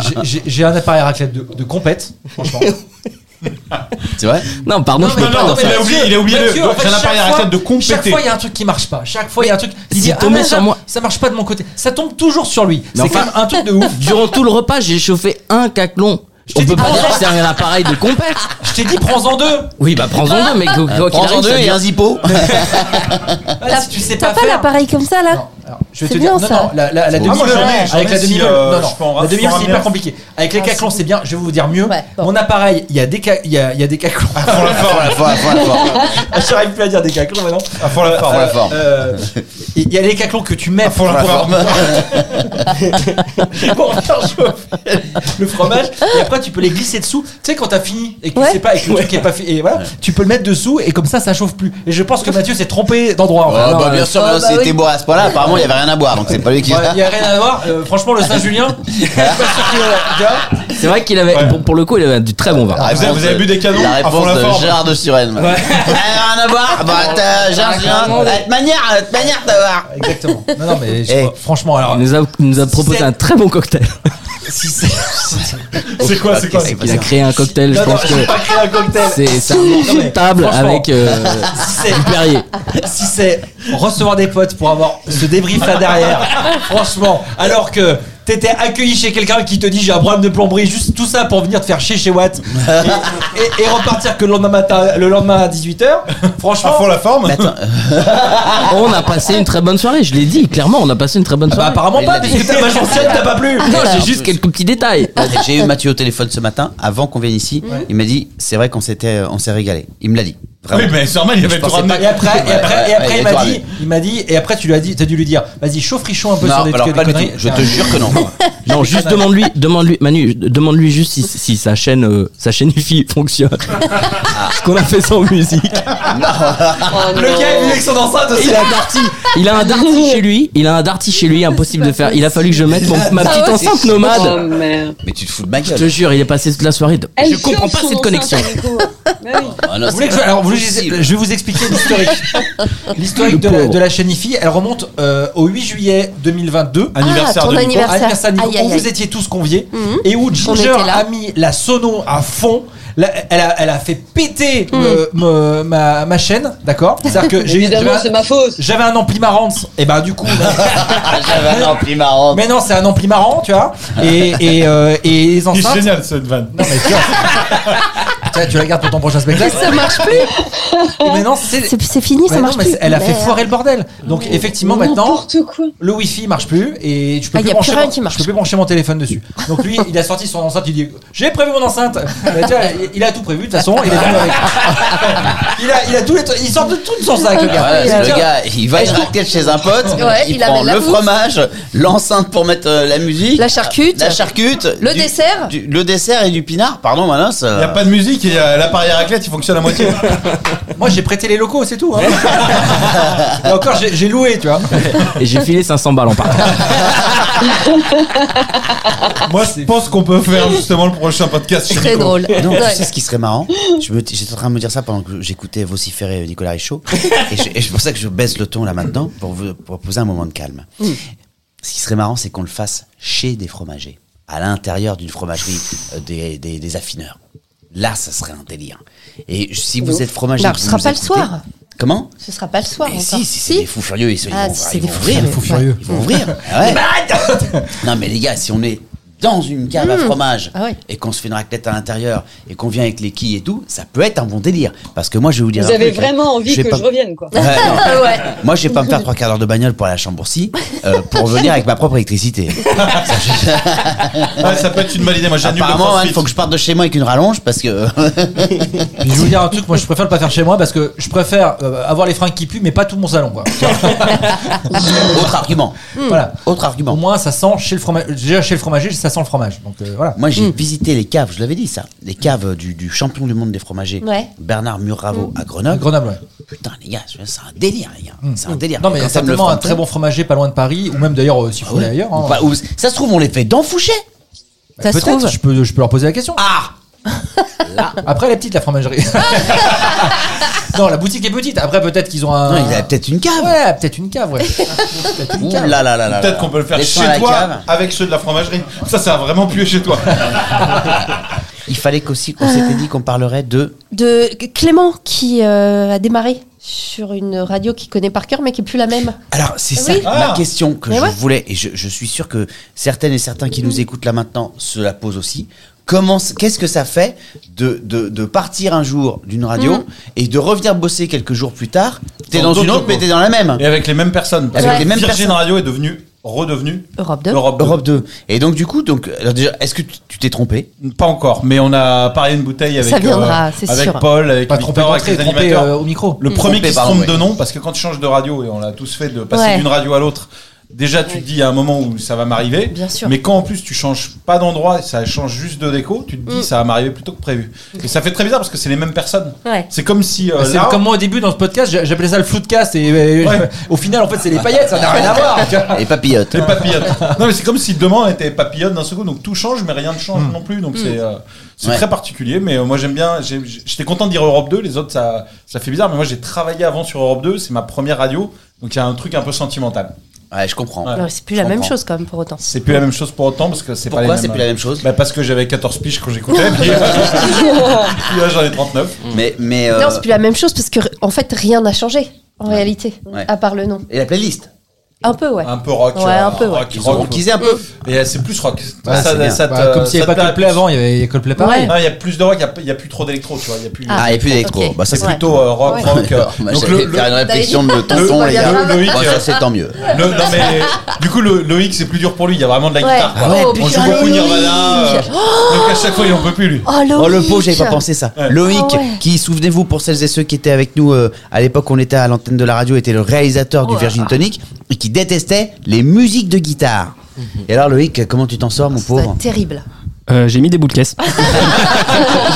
j'ai- j'ai- J'ai un appareil à raclette de, de compète, franchement. C'est vrai Non, pardon, Non, je mais peux pas hein. non, dans mais ça. il a oublié- il a oublié Mathieu, le- en fait, j'ai un chaque appareil à fois- raclette de compléter. Chaque fois, il y a un truc qui marche pas. Chaque fois, il y a un truc. Il c'est dit, ah, tombé mais sur ça- moi. Ça marche pas de mon côté. Ça tombe toujours sur lui. Mais C'est quand enfin- même un truc de ouf. Durant tout le repas, j'ai chauffé un caclon. On peut pas dire que c'est un appareil de compète. Je t'ai dit, prends-en deux. Oui, bah prends-en deux, mais quoi quoi qu'il Prends-en arrive, deux ça et un vient. zippo. Ah, si tu sais T'as pas pas faire. l'appareil comme ça là Non, alors, je vais C'est te dire, bien, non, ça. non, la, la, la Ah, moi, demi-meule, j'en ai, j'en ai avec la si, demi-meule, euh, non, je peux en non, la ramener demi-meule, un. c'est hyper compliqué. Avec les Ah, caclons, si. c'est bien, je vais vous dire mieux. Ouais, bon. Mon appareil, il y a des ca- il y a, il y a des caclons. Faut la forme. Faut la- faut la- faut la- J'arrive plus à dire des caclons maintenant. Ah, faut la faut la forme. Ah, forme. Euh, Il y a les caclons que tu mets Faut la forme. pour faire chauffer le fromage et après tu peux les glisser dessous. Tu sais quand t'as fini et que Ouais. tu sais pas et que le truc est pas fait et voilà, tu peux le mettre dessous et comme ça ça chauffe plus. Et je pense que Mathieu s'est trompé d'endroit. en fait. Ah, bah, Non, euh, bien sûr, Ah, maintenant, bah c'était oui. bon à ce point-là. Apparemment, il n'y avait rien à boire, donc c'est pas lui qui. Il y a rien à voir. Euh, franchement, le Saint-Julien. je suis pas sûr qu'il, euh, tu vois. C'est vrai qu'il avait, Ouais. pour, pour le coup, il avait du très bon vin. La vous avez- réponse vous avez de- bu des canons La à fond réponse la de forme. Gérard de Suren. Ouais. Ah, rien à boire Bah, t'as- Gérard de Suren, la manière, la manière de boire. Exactement. Non, non, mais je- Eh. franchement, alors Il nous a, il nous a proposé c'est- un très bon cocktail. si c'est C'est quoi, c'est quoi c'est Il a créé un cocktail, je Non, non, pense que j'ai pas créé un cocktail. c'est c'est un morceau Non, de mais table franchement, avec euh, si c'est- du Perrier. si c'est recevoir des potes pour avoir ce débrief là derrière, franchement, alors que t'étais accueilli chez quelqu'un qui te dit j'ai un problème de plomberie, juste tout ça pour venir te faire chier chez Watt et, et- et repartir que le lendemain matin, le lendemain à 18h, franchement. Ah, faut la forme. Mais attends, On a passé une très bonne soirée, je l'ai dit, clairement, on a passé une très bonne bah, soirée. apparemment Il pas, l'a dit. puisque ta mage ancienne t'as pas plu. Non, j'ai juste quelques petits détails. Patrick, J'ai eu Mathieu au téléphone ce matin, avant qu'on vienne ici. Il m'a dit, c'est vrai qu'on s'était, euh, on s'est régalé. Il me l'a dit. Ah Vraiment. Oui, mais c'est normal, il y avait Je tout pensais ramené. Et après, et après, et Ouais, ouais, après, il ouais, m'a ouais. dit, il m'a dit, et après tu lui as dit, t'as dû lui dire, vas-y chauffe Richon un peu sur Non, des alors des pas du conneries. Ah. tout. Je te jure que non. Non, juste demande-lui, demande-lui, Manu, demande-lui juste si, si sa chaîne, euh, sa chaîne UFI fonctionne. Ce qu'on a fait sans musique. Oh, Le non. gars est venu avec son enceinte aussi. Il a un darty, il a un darty chez lui, il a un darty chez lui, impossible de faire. Il a fallu que je mette mon- ma petite ouais, enceinte c'est Oh, nomade. merde. Mais tu te fous de ma Je te gueule. jure, il est passé toute la soirée. de- Elle Je comprends chauffe pas son cette connexion. enceinte, du coup. Bah oui. Ah non, Vous voulez que c'est je, alors, vous voulez que je- possible. je vais vous expliquer l'historique. Le L'historique de, la- pauvre. de la chaîne IFI, elle remonte euh, au 8 juillet 2022. Anniversaire ton de Au anniversaire. anniversaire de Nico, Ah, Aïe, aïe, où aïe. vous étiez tous conviés Mhm. et où Ginger était là. a mis la sono à fond. La- elle, a, elle a fait péter Mhm. le- me- ma, ma chaîne, d'accord C'est-à-dire que j'ai- Évidemment, c'est j'avais un- ma faute. j'avais un ampli marrant, et bah du coup. Ah, J'avais un ampli marrant. mais non, c'est un ampli marrant, tu vois. Et, et, euh, et les Il est enceintes. génial cette vanne. Non, mais tu vois, Tiens, tu la gardes pour ton prochain spectacle. Ça marche plus Mais non, c'est. C'est c'est fini, ça Ouais, marche non, mais plus. c'est- elle a fait Merde. foirer le bordel. Donc effectivement maintenant N'importe quoi. le wifi marche plus et tu peux Ah, plus y a plus brancher rien mon- qui marche. je peux plus brancher mon téléphone dessus. Donc lui il a sorti son enceinte il dit j'ai prévu mon enceinte. Mais tu vois, il- il a tout prévu de toute façon il est venu avec. il a il a tous les trucs- il sort de tout de son sac le gars. Voilà, Il a- le gars, il va être raclette chez un pote, Ouais, il, il prend amène la le bouffe. fromage, l'enceinte pour mettre euh, la musique, La charcute. la charcute, Le du- dessert. du- le dessert et du pinard. Pardon, Manos. Il n'y a pas de musique et euh, l'appareil à raclette il fonctionne à moitié. Moi j'ai prêté les locaux c'est tout. hein. et encore j'ai j'ai loué tu vois. Et j'ai filé 500 balles en partant. Moi je pense qu'on peut faire justement le prochain podcast sur Très Nico. drôle. Non, Ouais. tu sais ce qui serait marrant Je me- J'étais en train de me dire ça pendant que j'écoutais vociférer Nicolas Richaud. Et je- et c'est pour ça que je baisse le ton là maintenant pour vous proposer un moment de calme. Mm. Ce qui serait marrant, c'est qu'on le fasse chez des fromagers, à l'intérieur d'une fromagerie euh, des, des- des affineurs. Là, ça serait un délire. Et si vous êtes fromager. Alors, que Oh. ce vous sera pas nous le écoutez- soir. Comment Ce sera pas le soir. Eh encore. si, si, c'est des fous furieux, ils, se- ils Ah, vont, c'est ils des vont fous ouvrir. furieux. Fous furieux. Ils vont ouvrir. Ah ouais. non, mais les gars, si on est dans une cave à fromage Ah ouais. et qu'on se fait une raclette à l'intérieur et qu'on vient avec les quilles et tout, ça peut être un bon délire. Parce que moi, je vais vous dire. Vous un avez truc, hein. vraiment envie vais que pas- je revienne, quoi. Ouais, non. Ah ouais. Moi, je vais pas me faire trois quarts d'heure de bagnole pour aller à Chambourcy euh, pour venir avec ma propre électricité. Ouais, ça peut être une bonne idée. Moi j'annule le Apparemment, hein, il crossfit. faut que je parte de chez moi avec une rallonge parce que. Puis je vais vous dire un truc, moi je préfère le pas faire chez moi parce que je préfère euh, avoir les fringues qui puent mais pas tout mon salon quoi. Autre argument. Mmh. voilà. Autre Au argument. moins ça sent chez le fromager, déjà chez le fromager ça sent le fromage donc euh, voilà. Moi, j'ai visité les caves, je l'avais dit ça, les caves du, du champion du monde des fromagers, Ouais. Bernard Muravo à Grenoble. Grenoble. ouais. Putain, les gars, c'est un délire, les gars. C'est un délire. Non mais il y a Quand t'aimes le Ah certainement un fronton- très bon fromager pas loin de Paris ou même d'ailleurs euh, s'il faut Bah, aller ailleurs. hein. Bah, Ou pas- ou- ça se trouve, on les fait d'enfoucher. Ça se Peut-être, trouve. je peux, je peux leur poser la question. Ah Après, elle est petite, la fromagerie. non, la boutique est petite. Après, peut-être qu'ils ont un. Non, il a peut-être une cave. Ouais, peut-être une cave, ouais. Peut-être une Ouh cave. là là là là. Peut-être là. qu'on peut le faire Laisse-moi la chez toi cave. avec ceux de la fromagerie. Ça, ça a vraiment pué chez toi. Il fallait qu'aussi qu'on s'était dit qu'on parlerait de. De Clément qui euh, a démarré sur une radio qu'il connaît par cœur mais qui est plus la même. Alors, c'est ça Oui. ma Ah. question que Mais je ouais. voulais, et je, je suis sûr que certaines et certains qui nous écoutent là maintenant se la posent aussi. Comment, c- qu'est-ce que ça fait de, de, de partir un jour d'une Mm. radio et de revenir bosser quelques jours plus tard T'es Dans dans, une d'autres autre, mais locaux. t'es dans la même. Et avec les mêmes personnes. Parce Avec que les mêmes Virgin personnes. Radio est devenue, redevenue Europe 2. Europe 2. Europe 2. Et donc, du coup, donc, alors déjà, est-ce que tu tu t'es trompé Pas encore, mais on a parié une bouteille avec, euh, Ça viendra, c'est avec sûr. Paul, avec Pas tromper Victor, avec d'entrée, les tromper animateurs. euh, au micro. Le premier Trompé, qui se pardon, trompe ouais. de nom, parce que quand tu changes de radio, et on l'a tous fait de passer Ouais. d'une radio à l'autre, déjà tu te dis à un moment où ça va m'arriver. Bien sûr. Mais quand en plus tu changes pas d'endroit, ça change juste de déco, tu Mm. te dis ça va m'arriver plus tôt que prévu. Et ça fait très bizarre parce que c'est les mêmes personnes. Ouais. C'est comme si. euh, Bah, C'est là, comme moi au début dans ce podcast, j'a- j'appelais ça le floodcast et euh, Ouais. au final en fait c'est les paillettes, ça n'a rien à voir. tu vois. Ah. Et papillote. Les papillotes. non, mais c'est comme si demain on était papillote d'un second, donc tout change, mais rien ne change non plus. Hmm. Donc c'est euh, c'est Hmm. Ouais. très particulier, mais euh, moi j'aime bien. j'ai- j'ai- J'étais content de dire Europe 2, les autres ça, ça fait bizarre, mais moi j'ai travaillé avant sur Europe 2, c'est ma première radio, donc il y a un truc un peu sentimental. Ouais, je comprends. Ouais. Non, c'est plus la Je même comprends. chose quand même pour autant. C'est plus la même chose pour autant parce que c'est pas les Pourquoi mêmes- c'est plus la même chose Bah, Parce que j'avais 14 piges quand j'écoutais, puis, euh, puis là j'en ai 39. Mais, mais euh, Non, c'est plus la même chose parce que en fait rien n'a changé en réalité Ouais. à part le nom. et la playlist. Un peu ouais. Un peu rock. Ouais, euh, un peu, ouais. rock, Ils ont rock. rockisé un peu. Et euh, c'est plus rock. Ouais, Ah, c'est bien. Bah, comme s'il n'y avait pas Coldplay avant, il y avait il y a Coldplay pareil. Ouais. Il y a plus de rock, il y a- il n'y a, plus trop d'électro, tu vois. il Y a plus, Ah, Ah, et puis l'électro. ok. Bah, ça, c'est Ouais. plutôt euh, rock, rock. euh, Moi, donc j'allais le- faire une réflexion de tonton, Loïc, Oh, les gars. euh, Loïc, Bon, Bah, ça, euh, c'est tant mieux. le- non, mais, du coup, le, Loïc, c'est plus dur pour lui. Il y a vraiment de la Ouais. guitare. quoi. Ah ouais, on putain, joue beaucoup Loïc. Nirvana. euh, donc à chaque fois, il en peut plus, lui. Oh, Oh le Loïc. pauvre, j'avais pas pensé ça. Ouais. Loïc, Ah ouais. qui souvenez-vous pour celles et ceux qui étaient avec nous euh, à l'époque, on était à l'antenne de la radio, était le réalisateur du Virgin Tonic et qui détestait les musiques de guitare. Et alors Loïc, comment tu t'en sors, mon Ça doit être pauvre terrible. Euh, J'ai mis des bouts de caisse.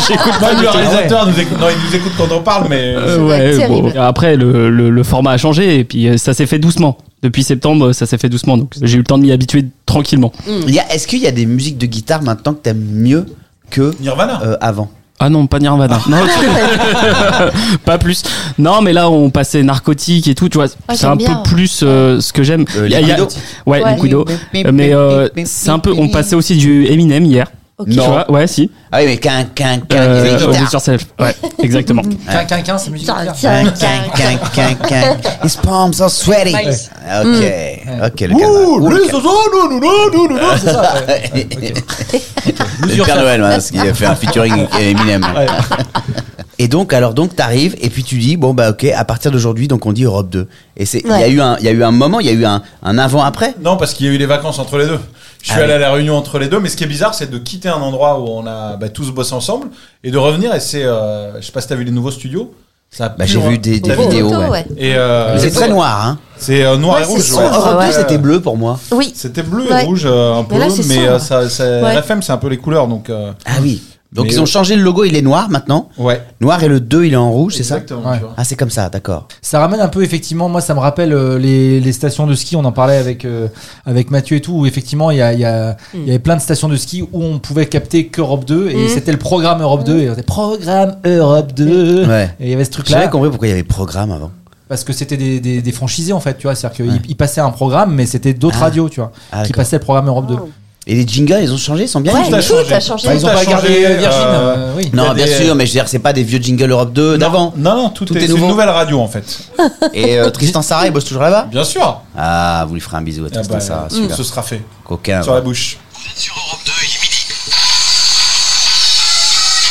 J'écoute pas Même du le tout. réalisateur nous écoute. Non, il nous écoute quand on parle, mais. Euh, doit être ouais, bon. terrible. Après, le, le- le format a changé et puis euh, ça s'est fait doucement. Depuis septembre, ça s'est fait doucement, donc j'ai eu le temps de m'y habituer tranquillement. Il y a- Est-ce qu'il y a des musiques de guitare maintenant que t'aimes mieux que Nirvana. euh, avant Ah non, pas Nirvana. Non, tu- pas plus. Non, mais là, on passait narcotique et tout, tu vois. Ah, c'est un j'aime bien. peu plus euh, ce que j'aime. Euh, Il y a- il y a- Liquido. Ouais, Ouais. Liquido. Bip, Mais bip, euh, bip, bip, c'est un bip, peu. bip, On bip. passait aussi du Eminem hier. Ok. Tu Non. vois, ouais, si. Ah oui, mais qu'un qu'un qu'un Euh, guitare. Lose Yourself. Ouais, exactement. Quin, quin, quin, c'est musique. de guitare. Quin, quin, quin, quin, quin. His palms are sweaty. Nice. Ok, ok, le cadre. Ouh, le cadre. C'est ça, ouais. C'est le Père Noël, hein, parce qu'il a fait un featuring avec Eminem. Et donc, alors, donc, t'arrives, et puis tu dis, bon, bah, ok, à partir d'aujourd'hui, donc, on dit Europe 2. Et c'est, il y a Ouais. eu un, il y a eu un moment, il y a eu un, un avant-après. Non, parce qu'il y a eu les vacances entre les deux. Je suis Ah oui. allé à la réunion entre les deux, mais ce qui est bizarre, c'est de quitter un endroit où on a bah, tous bossé ensemble et de revenir. Et c'est, euh, je sais pas si t'as vu les nouveaux studios. Ça a Bah, plus j'ai loin. vu des, des T'as vu vidéos, photos, ouais. ouais. Et euh, Mais c'est très noir, hein. C'est euh, noir Ouais, et c'est rouge. sombre, ouais. Euh, Europe ouais. 2, c'était bleu pour moi. Oui. C'était bleu et Ouais. rouge euh, un peu, Mais là, mais, c'est sombre. euh, ça, ça- Ouais. la femme c'est un peu les couleurs, donc euh, Ah oui. Donc, Mais, ils ont euh, changé le logo, il est noir maintenant. ouais. Noir et le 2, il est en rouge, c'est ça? Exactement. Ouais. tu vois. Ah, c'est comme ça, d'accord. Ça ramène un peu effectivement, moi ça me rappelle euh, les, les stations de ski, on en parlait avec, euh, avec Mathieu et tout, où effectivement il y, a, il y, a- Hmm. il y avait plein de stations de ski où on pouvait capter qu'Europe 2 et c'était le programme Europe 2 et on était programme Europe 2 Ouais. et il y avait ce truc J'avais là compris pourquoi il y avait programme avant. parce que c'était des, des, des franchisés en fait, tu vois, c'est-à-dire qu'ils ils passaient un programme mais c'était d'autres Ah. radios, tu vois, Ah, qui d'accord. passaient le programme Europe 2. Et les jingles, ils ont changé, ils sont bien. Ouais, les tout jingles a changé. Bah, Tout ils ont a pas changé, gardé euh, Virgin, euh, euh, oui. Non, Il y a bien des- sûr, mais je veux dire, c'est pas des vieux jingles Europe 2 d'avant. Non, non, tout, Tout est, est c'est une nouveau. nouvelle radio en fait. Et euh, Tristan Sarah, il bosse toujours là-bas Bien sûr. Ah, vous lui ferez un bisou à Ah Tristan bah, Mm. Sarah, celui-là. Ah, ce sera fait Coquin. sur la bouche.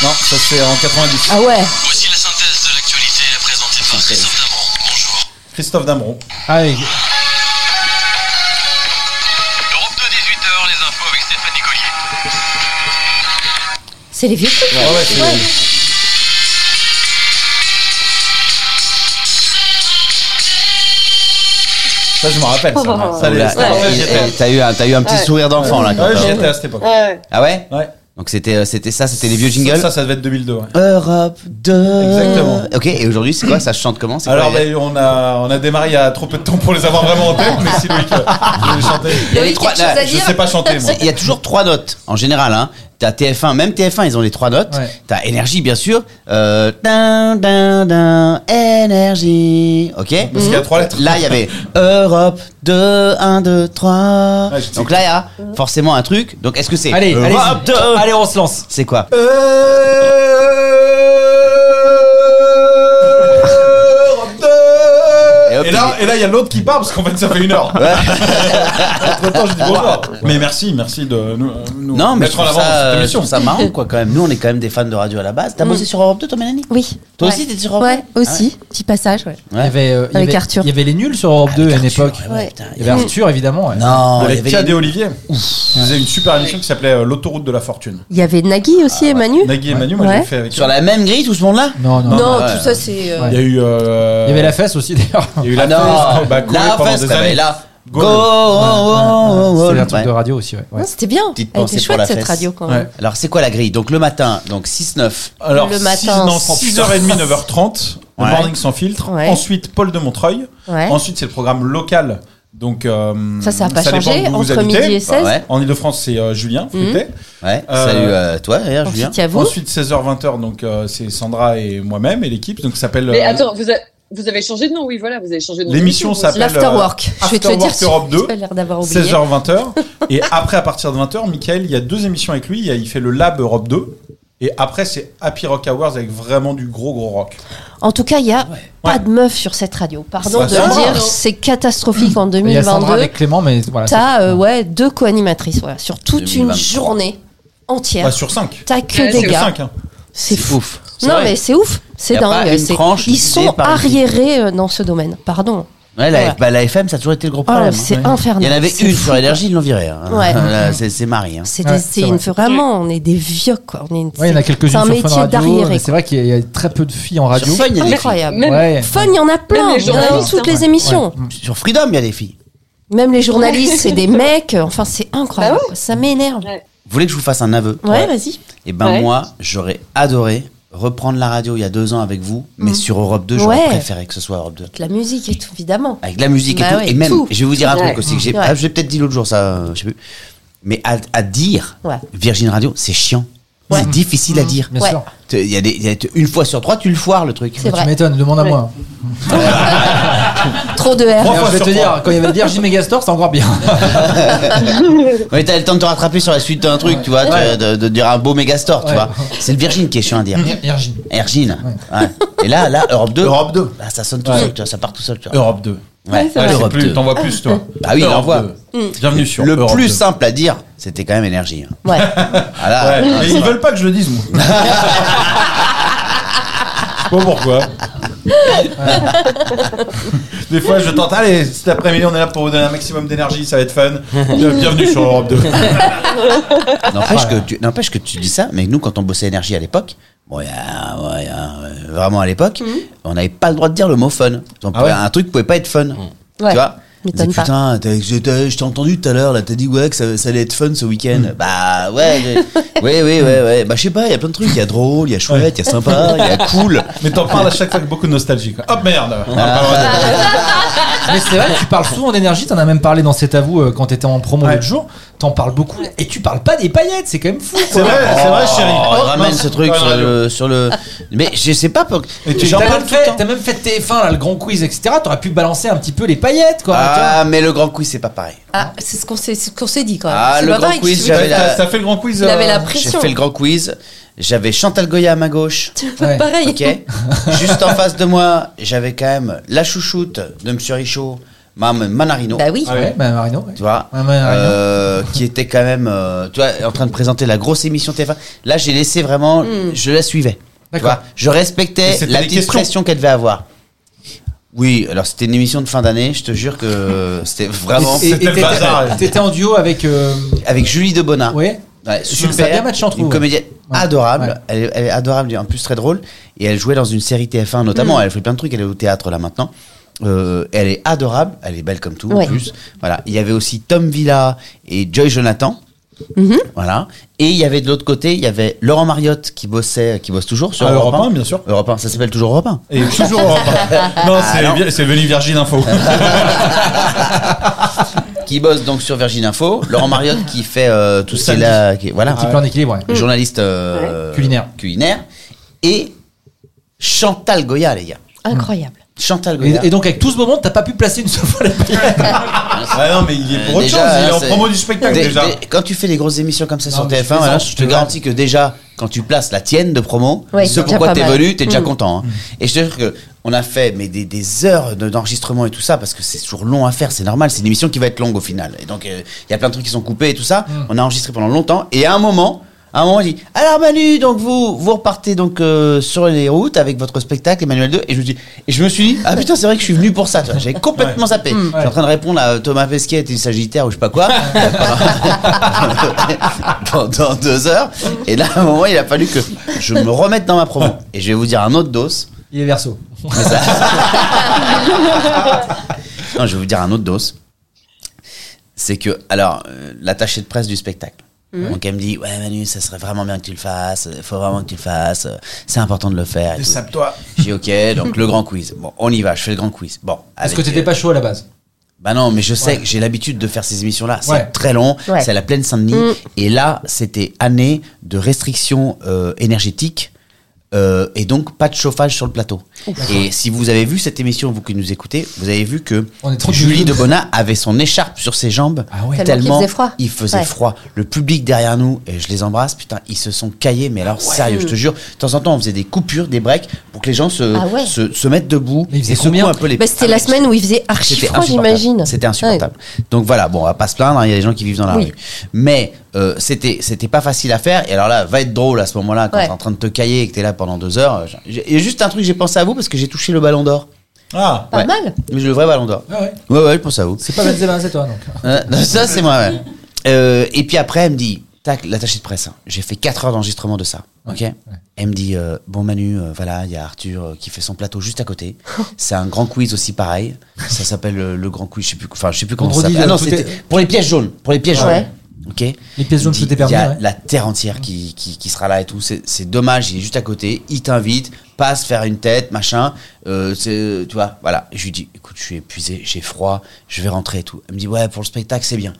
Non, ça c'est en 90. Ah ouais. Voici la synthèse de l'actualité présentée par Christophe Damron. Bonjour. Christophe Damron. Ah, et- Europe de 18h, les infos avec Stéphanie Collier. C'est les vieux trucs. Ah ouais, c'est- Ça je me rappelle. Ça, Oh. Ça, Oula, les- ça, en fait, j'y étais. et- et T'as eu un, t'as eu un petit Ouais. sourire d'enfant là. quand Ouais, t'as- j'y étais à cette époque. Ouais. Ah ouais Ouais. Donc c'était, euh, c'était ça, c'était les vieux jingles. Ça, ça devait être 2002. ouais. Europe 2. Exactement. Ok. Et aujourd'hui, c'est quoi Ça chante comment C'est quoi, Alors, les- ben, on, a, on a démarré il y a trop peu de temps pour les avoir vraiment en tête, mais si Loïc, euh, je vais chanter. Il y a les trois- quelque chose là, à Je dire sais pas chanter, moi. il y a toujours trois notes en général. Hein. T'as TF1, même TF1, ils ont les trois notes. Ouais. T'as énergie, bien sûr. Euh, dun, dun, dun, énergie. Ok Mhm. Parce qu'il y a trois lettres. Là, il y avait Europe 2, 1, 2, 3. Ouais, je sais. Donc là, il y a forcément un truc. Donc est-ce que c'est Allez, allez, Europe 2 allez, on se lance. C'est quoi Euh, Et hop, Et là, et là, il y a l'autre qui part parce qu'en fait, ça fait une heure. Entre temps, je dis bonjour. Mais merci, merci de nous, euh, nous Non, mais je mettre en trouve, avant ça, euh, cette je émission. Mm. trouve ça marrant, quoi, quand même. Nous, on est quand même des fans de radio à la base. T'as bossé sur Europe 2, toi, Mélanie Oui. Toi Ouais. aussi, t'étais sur Europe Ah Ouais, 2 aussi. Petit passage, ouais. Il y avait, euh, il y Avec avait- Arthur. Il y avait les nuls sur Europe 2 à une Arthur, époque. ouais, ouais, putain, Il y avait Arthur, évidemment. ouais. Non, oh, il y Avec avait Cad les- et Olivier, ils faisaient une super émission qui s'appelait euh, L'autoroute de la fortune. Il y avait Nagui Ah aussi, et Manu. Nagui et Manu, moi, Ouais. j'ai fait avec Sur eux. la même grille, tout ce monde-là Non, non. Non, Ah ouais. tout ça, c'est. euh, Ouais. Il y a eu. euh, Il y avait la fesse aussi, d'ailleurs. Il y a eu Ah la non, fesse, bah, Corée la pendant fesse, des t'avais années. là. Go, oh, Go. Oh, go, C'est go, un truc oh, ouais. de radio aussi, ouais. ouais. non, C'était bien. Petite Elle pensée était pour la chouette, cette fesse. radio, quand Ouais. même. Alors, c'est quoi la grille Donc, le matin, donc 6-9. Alors, Le six- matin, non, sans 6h30, 9h30, le Ouais. morning sans filtre. Ouais. Ensuite, Paul de Montreuil. Ouais. Ensuite, c'est le programme local. Donc, euh, Ça, ça n'a pas dépend changé d'où vous entre midi habitez. et 16. Bah Ouais, En Ile-de-France, c'est euh, Julien Fruité. ouais. Euh, Salut euh, toi, d'ailleurs, Julien. Ensuite, il y a vous. Ensuite, 16h-20h, donc euh, c'est Sandra et moi-même et l'équipe. Donc, ça s'appelle. Mais euh, attends, vous, a- vous avez changé de nom, oui, voilà, vous avez changé de nom. L'émission s'appelle. L'Afterwork. Je vais te le dire. Afterwork Europe tu- 2. Tu as l'air d'avoir oublié. 16h-20h. et après, à partir de 20h, Michael, il y a deux émissions avec lui. Il, y a- il fait le Lab Europe 2. Et après, c'est Happy Rock Hours avec vraiment du gros, gros rock. En tout cas, il n'y a pas Ouais. de meuf sur cette radio. Pardon Ça, de ça le va. dire, c'est catastrophique en Il y a Sandra 2022. avec Clément, mais voilà. c'est- T'as euh, ouais, deux co-animatrices voilà, sur toute 2023. une journée Bah, entière. sur 5. T'as que Ouais, des c'est gars. 5, hein. C'est fou. ouf. C'est Non, vrai. mais c'est ouf. Y C'est a pas dingue. une c'est- tranche Ils divisée sont par une arriérés euh, dans ce domaine. Pardon. Ouais, la, Ouais. bah, la FM, ça a toujours été le gros Oh là, problème. hein. c'est Il y infernal. en avait C'est une fou, sur quoi. l'énergie, ils l'ont virée. hein. Ouais. Là, C'est c'est Marie. hein. C'est Ouais, des- c'est c'est une, vrai. vraiment, on est des vieux, quoi. On est, Ouais, il y en a quelques-unes c'est un sur Fun métier Radio. mais d'arriéré. C'est vrai qu'il y, a- il y a très peu de filles en Sur radio. Fun, il y a des filles. Incroyable. Même Ouais. Fun, il y en a plein. Même les Il y en a dans journalistes, toutes hein. les émissions. Sur Freedom, il y a des filles. Même les journalistes, c'est des mecs. Enfin, c'est incroyable. Ah quoi. Ça m'énerve. Vous voulez que je vous fasse un aveu Ouais, vas-y. Et ben Ouais. moi, j'aurais adoré reprendre la radio il y a deux ans avec vous, mais sur Europe 2, j'aurais Mm. Ouais. préféré que ce soit Europe 2. Avec La musique et tout, évidemment. Ah, Avec la musique et Bah tout. ouais, et même, tout. je vais vous dire un Ouais. truc aussi que j'ai. Ouais. ah, je l'ai peut-être dit l'autre jour, ça, euh, je sais plus. Mais à, à dire, Ouais. Virgin Radio, c'est chiant. Ouais. C'est difficile à dire. Mmh. Bien Ouais. sûr. Tu- Il y a des, il y a- tu- une fois sur trois, tu le foires le truc. C'est vrai. Tu m'étonnes, demande à moi. Trop de R. Trois Alors, fois je vais sur te trois. dire, quand il y avait le Virgin Megastore, c'est encore bien. Ouais, t'as le temps de te rattraper sur la suite d'un truc, tu vois, tu- de, de dire un beau mégastore, tu Ouais. Mmh. vois. C'est le Virgin qui est chiant à dire. Virgin. Virgin. Ouais. Et là, là, Europe 2. Europe 2. Là, ça sonne tout seul, tu vois, ça part tout seul, tu vois. Europe 2. Ouais, Ah, c'est Europe plus- 2. T'en vois plus, toi. Bah oui, il Europe en voit. 2. Bienvenue sur Le Europe plus 2. simple à dire, c'était quand même énergie. hein. Ouais. Ah là, Ouais, hein, mais c'est ils veulent pas que je le dise, moi. Je sais pas pourquoi. Des fois, je tente, allez, cet après-midi, on est là pour vous donner un maximum d'énergie, ça va être fun. Bien- Bienvenue sur Europe 2. Ah, N'empêche que, tu, n'empêche que tu dis ça, mais nous, quand on bossait énergie à l'époque, bon, il y a- ouais, il y a- euh, vraiment à Mhm. l'époque, on n'avait pas le droit de dire le mot fun. On Ah pouvait- ouais Un truc pouvait pas être fun. Tu Ouais. vois On M'étonne disait, pas. Putain, t'as- je t'ai- je t'ai entendu tout à l'heure, là, t'as dit ouais, que ça, ça allait être fun ce week-end. Mhm. Bah ouais, j'ai- oui, oui, ouais, ouais. Bah je sais pas, il y a plein de trucs. Il y a drôle, il y a chouette, il y a sympa, Ah, il y a cool. Ah. Mais t'en parles à chaque fois avec beaucoup de nostalgie. Quoi. Hop, merde on a pas le droit de- Mais c'est vrai, que tu parles souvent d'énergie, t'en as même parlé dans cet avou euh, quand t'étais en promo l'autre jour, t'en parles beaucoup et tu parles pas des paillettes, c'est quand même fou. C'est vrai, c'est vrai, chérie. Oh, Hop, ramène mince. ce truc Ouais, sur radio. le, sur le. Mais je sais pas. pour- Et tu- T'as J'en même, parle tout le fait- temps. t'as même fait TF1, là, le grand quiz, etc. T'aurais pu balancer un petit peu les paillettes, quoi. Ah, mais le grand quiz, c'est pas pareil. Ah, c'est ce qu'on s'est, c'est ce qu'on s'est dit quand même. Ah, C'est le pas grand pareil, quiz, tu- j'avais Ouais, la- t'as- t'as fait le grand quiz. Il avait la euh, J'ai pression. fait le grand quiz. J'avais Chantal Goya à ma gauche. Ouais. Ah Pareil. Ok. Juste en face de moi, j'avais quand même la chouchoute de Monsieur Richaud, Mme Manarino. Bah oui. tu vois. Ouais, bah, Marino. ouais. Tu vois, Ouais, ouais, euh, qui était quand même, euh, tu vois, en train de présenter la grosse émission TF1. Là, j'ai laissé vraiment, Hmm. je la suivais. Tu D'accord. vois, je Et respectais c'était la des petite questions. pression qu'elle devait avoir. Oui, alors c'était une émission de fin d'année. Je te jure que c'était vraiment Et- et- et C'était le t'étais- bazar. T'étais en duo avec. euh, avec Julie Debona. ouais. Ouais, super. Ça a bien matché entre une vous. comédienne Ouais. adorable. Ouais. Elle, est- elle est adorable, et en plus très drôle. Et elle jouait dans une série TF1 notamment. Mm. Elle fait plein de trucs. Elle est au théâtre là maintenant. Euh, elle est adorable. Elle est belle comme tout en Ouais. plus. Voilà. Il y avait aussi Tom Villa et Joy Jonathan. Voilà. Et il y avait de l'autre côté, il y avait Laurent Mariotte qui bossait, qui bosse toujours sur Ah, Europe Europe 1. 1, bien sûr. Europe 1, ça s'appelle toujours Europe 1. Et hein. Ah, toujours Europe 1. Non, c'est- c'est venu Virgin Info. qui bosse donc sur Virgin Info, Laurent Mariotte qui fait euh, tout Le ce qui est samedi. là, qui- voilà, Petit plan d'équilibre, ouais. Le journaliste euh, Culinaire. culinaire, et Chantal Goya, les gars. Incroyable. Chantal Goya. Et, et donc, avec tout ce beau monde, t'as pas pu placer une seule fois la Ah non, mais il est pour Euh, autre Déjà, chose, il est là, en c'est- promo du spectacle Dé- déjà. dé- quand tu fais des grosses émissions comme ça Non, sur mais je TF1, voilà, plaisante, je je te plaisante. garantis que déjà, quand tu places la tienne de promo, Ouais, ce c'est déjà pourquoi pas t'es mal. venu, t'es déjà Mm. content. hein. Et je te jure que on a fait mais des, des heures de- d'enregistrement et tout ça, parce que c'est toujours long à faire, c'est normal, c'est une émission qui va être longue au final. Et donc, euh, il y a plein de trucs qui sont coupés et tout ça. On a enregistré pendant longtemps, et à un moment... À un moment, il dit Alors Manu, donc vous vous repartez donc euh, sur les routes avec votre spectacle Emmanuel 2 et je me dis et je me suis dit ah putain c'est vrai que je suis venu pour ça tu vois, j'avais complètement zappé je suis en train de répondre à Thomas Pesquet et Sagittaire ou je sais pas quoi pendant deux heures. Et là, à un moment, il a fallu que je me remette dans ma promo. Et je vais vous dire un autre dos. Il est verso. Non, je vais vous dire un autre dos. C'est que, alors, euh, l'attaché de presse du spectacle. Donc elle me dit, ouais Manu, ça serait vraiment bien que tu le fasses, il faut vraiment que tu le fasses, euh, c'est important de le faire. et tout. toi J'ai dit, ok, donc le grand quiz. Bon, on y va, je fais le grand quiz. Bon, Parce avec, que t'étais euh, pas chaud à la base. Bah non, mais je sais que j'ai l'habitude de faire ces émissions-là. C'est Ouais. très long, Ouais. c'est à la pleine Saint-Denis. Mm. Et là, c'était année de restrictions euh, énergétiques. euh, et donc pas de chauffage sur le plateau. Et si vous avez vu cette émission, vous qui nous écoutez, vous avez vu que On est trop curieux. Julie Debona avait son écharpe sur ses jambes Ah ouais. Tellement qu'il faisait froid. il faisait Ouais. froid. Le public derrière nous, et je les embrasse, putain, ils se sont caillés, mais alors sérieux, je te jure. De temps en temps, on faisait des coupures, des breaks pour que les gens se, Ah ouais. se, se mettent debout. Mais il faisait et secouent combien un peu les Bah, c'était Ah, la mais semaine où il faisait archi c'était froid, insupportable. j'imagine. Ah C'était insupportable. Donc voilà, bon, on va pas se plaindre, hein, il y a des gens qui vivent dans la Oui. rue. Mais euh, c'était c'était pas facile à faire. Et alors là, va être drôle à ce moment-là, quand Ouais. t'es en train de te cailler et que t'es là pendant deux heures. euh, J'ai- Il y a juste un truc, j'ai pensé à vous parce que j'ai touché le ballon d'or. Ah Pas Ouais. mal. Mais Le vrai ballon d'or. Ah ouais. Ouais, ouais, je pense à vous. C'est pas Benzema, c'est toi donc. Euh, non, ça, c'est moi, ouais. Euh, et puis après, elle me dit, tac, l'attaché de presse, hein. j'ai fait 4 heures d'enregistrement de ça. Ok Elle me dit, euh, bon Manu, euh, voilà, il y a Arthur euh, qui fait son plateau juste à côté. C'est un grand quiz aussi pareil. Ça s'appelle euh, le grand quiz, je sais plus, enfin, je sais plus comment ça Vendredi, s'appelle. euh, Ah non, tout c'était est- pour les pièces jaunes. Pour les pièces jaunes. Ouais. Ok Les pièces jaunes, Il dit, tout est permis, Il y a ouais. la terre entière qui, qui, qui sera là et tout. C'est c'est dommage, il est juste à côté. Il t'invite, passe faire une tête, machin. Euh, c'est- tu vois, voilà. Je lui dis, écoute, je suis épuisé, j'ai froid, je vais rentrer et tout. Elle me dit, ouais, pour le spectacle, c'est bien.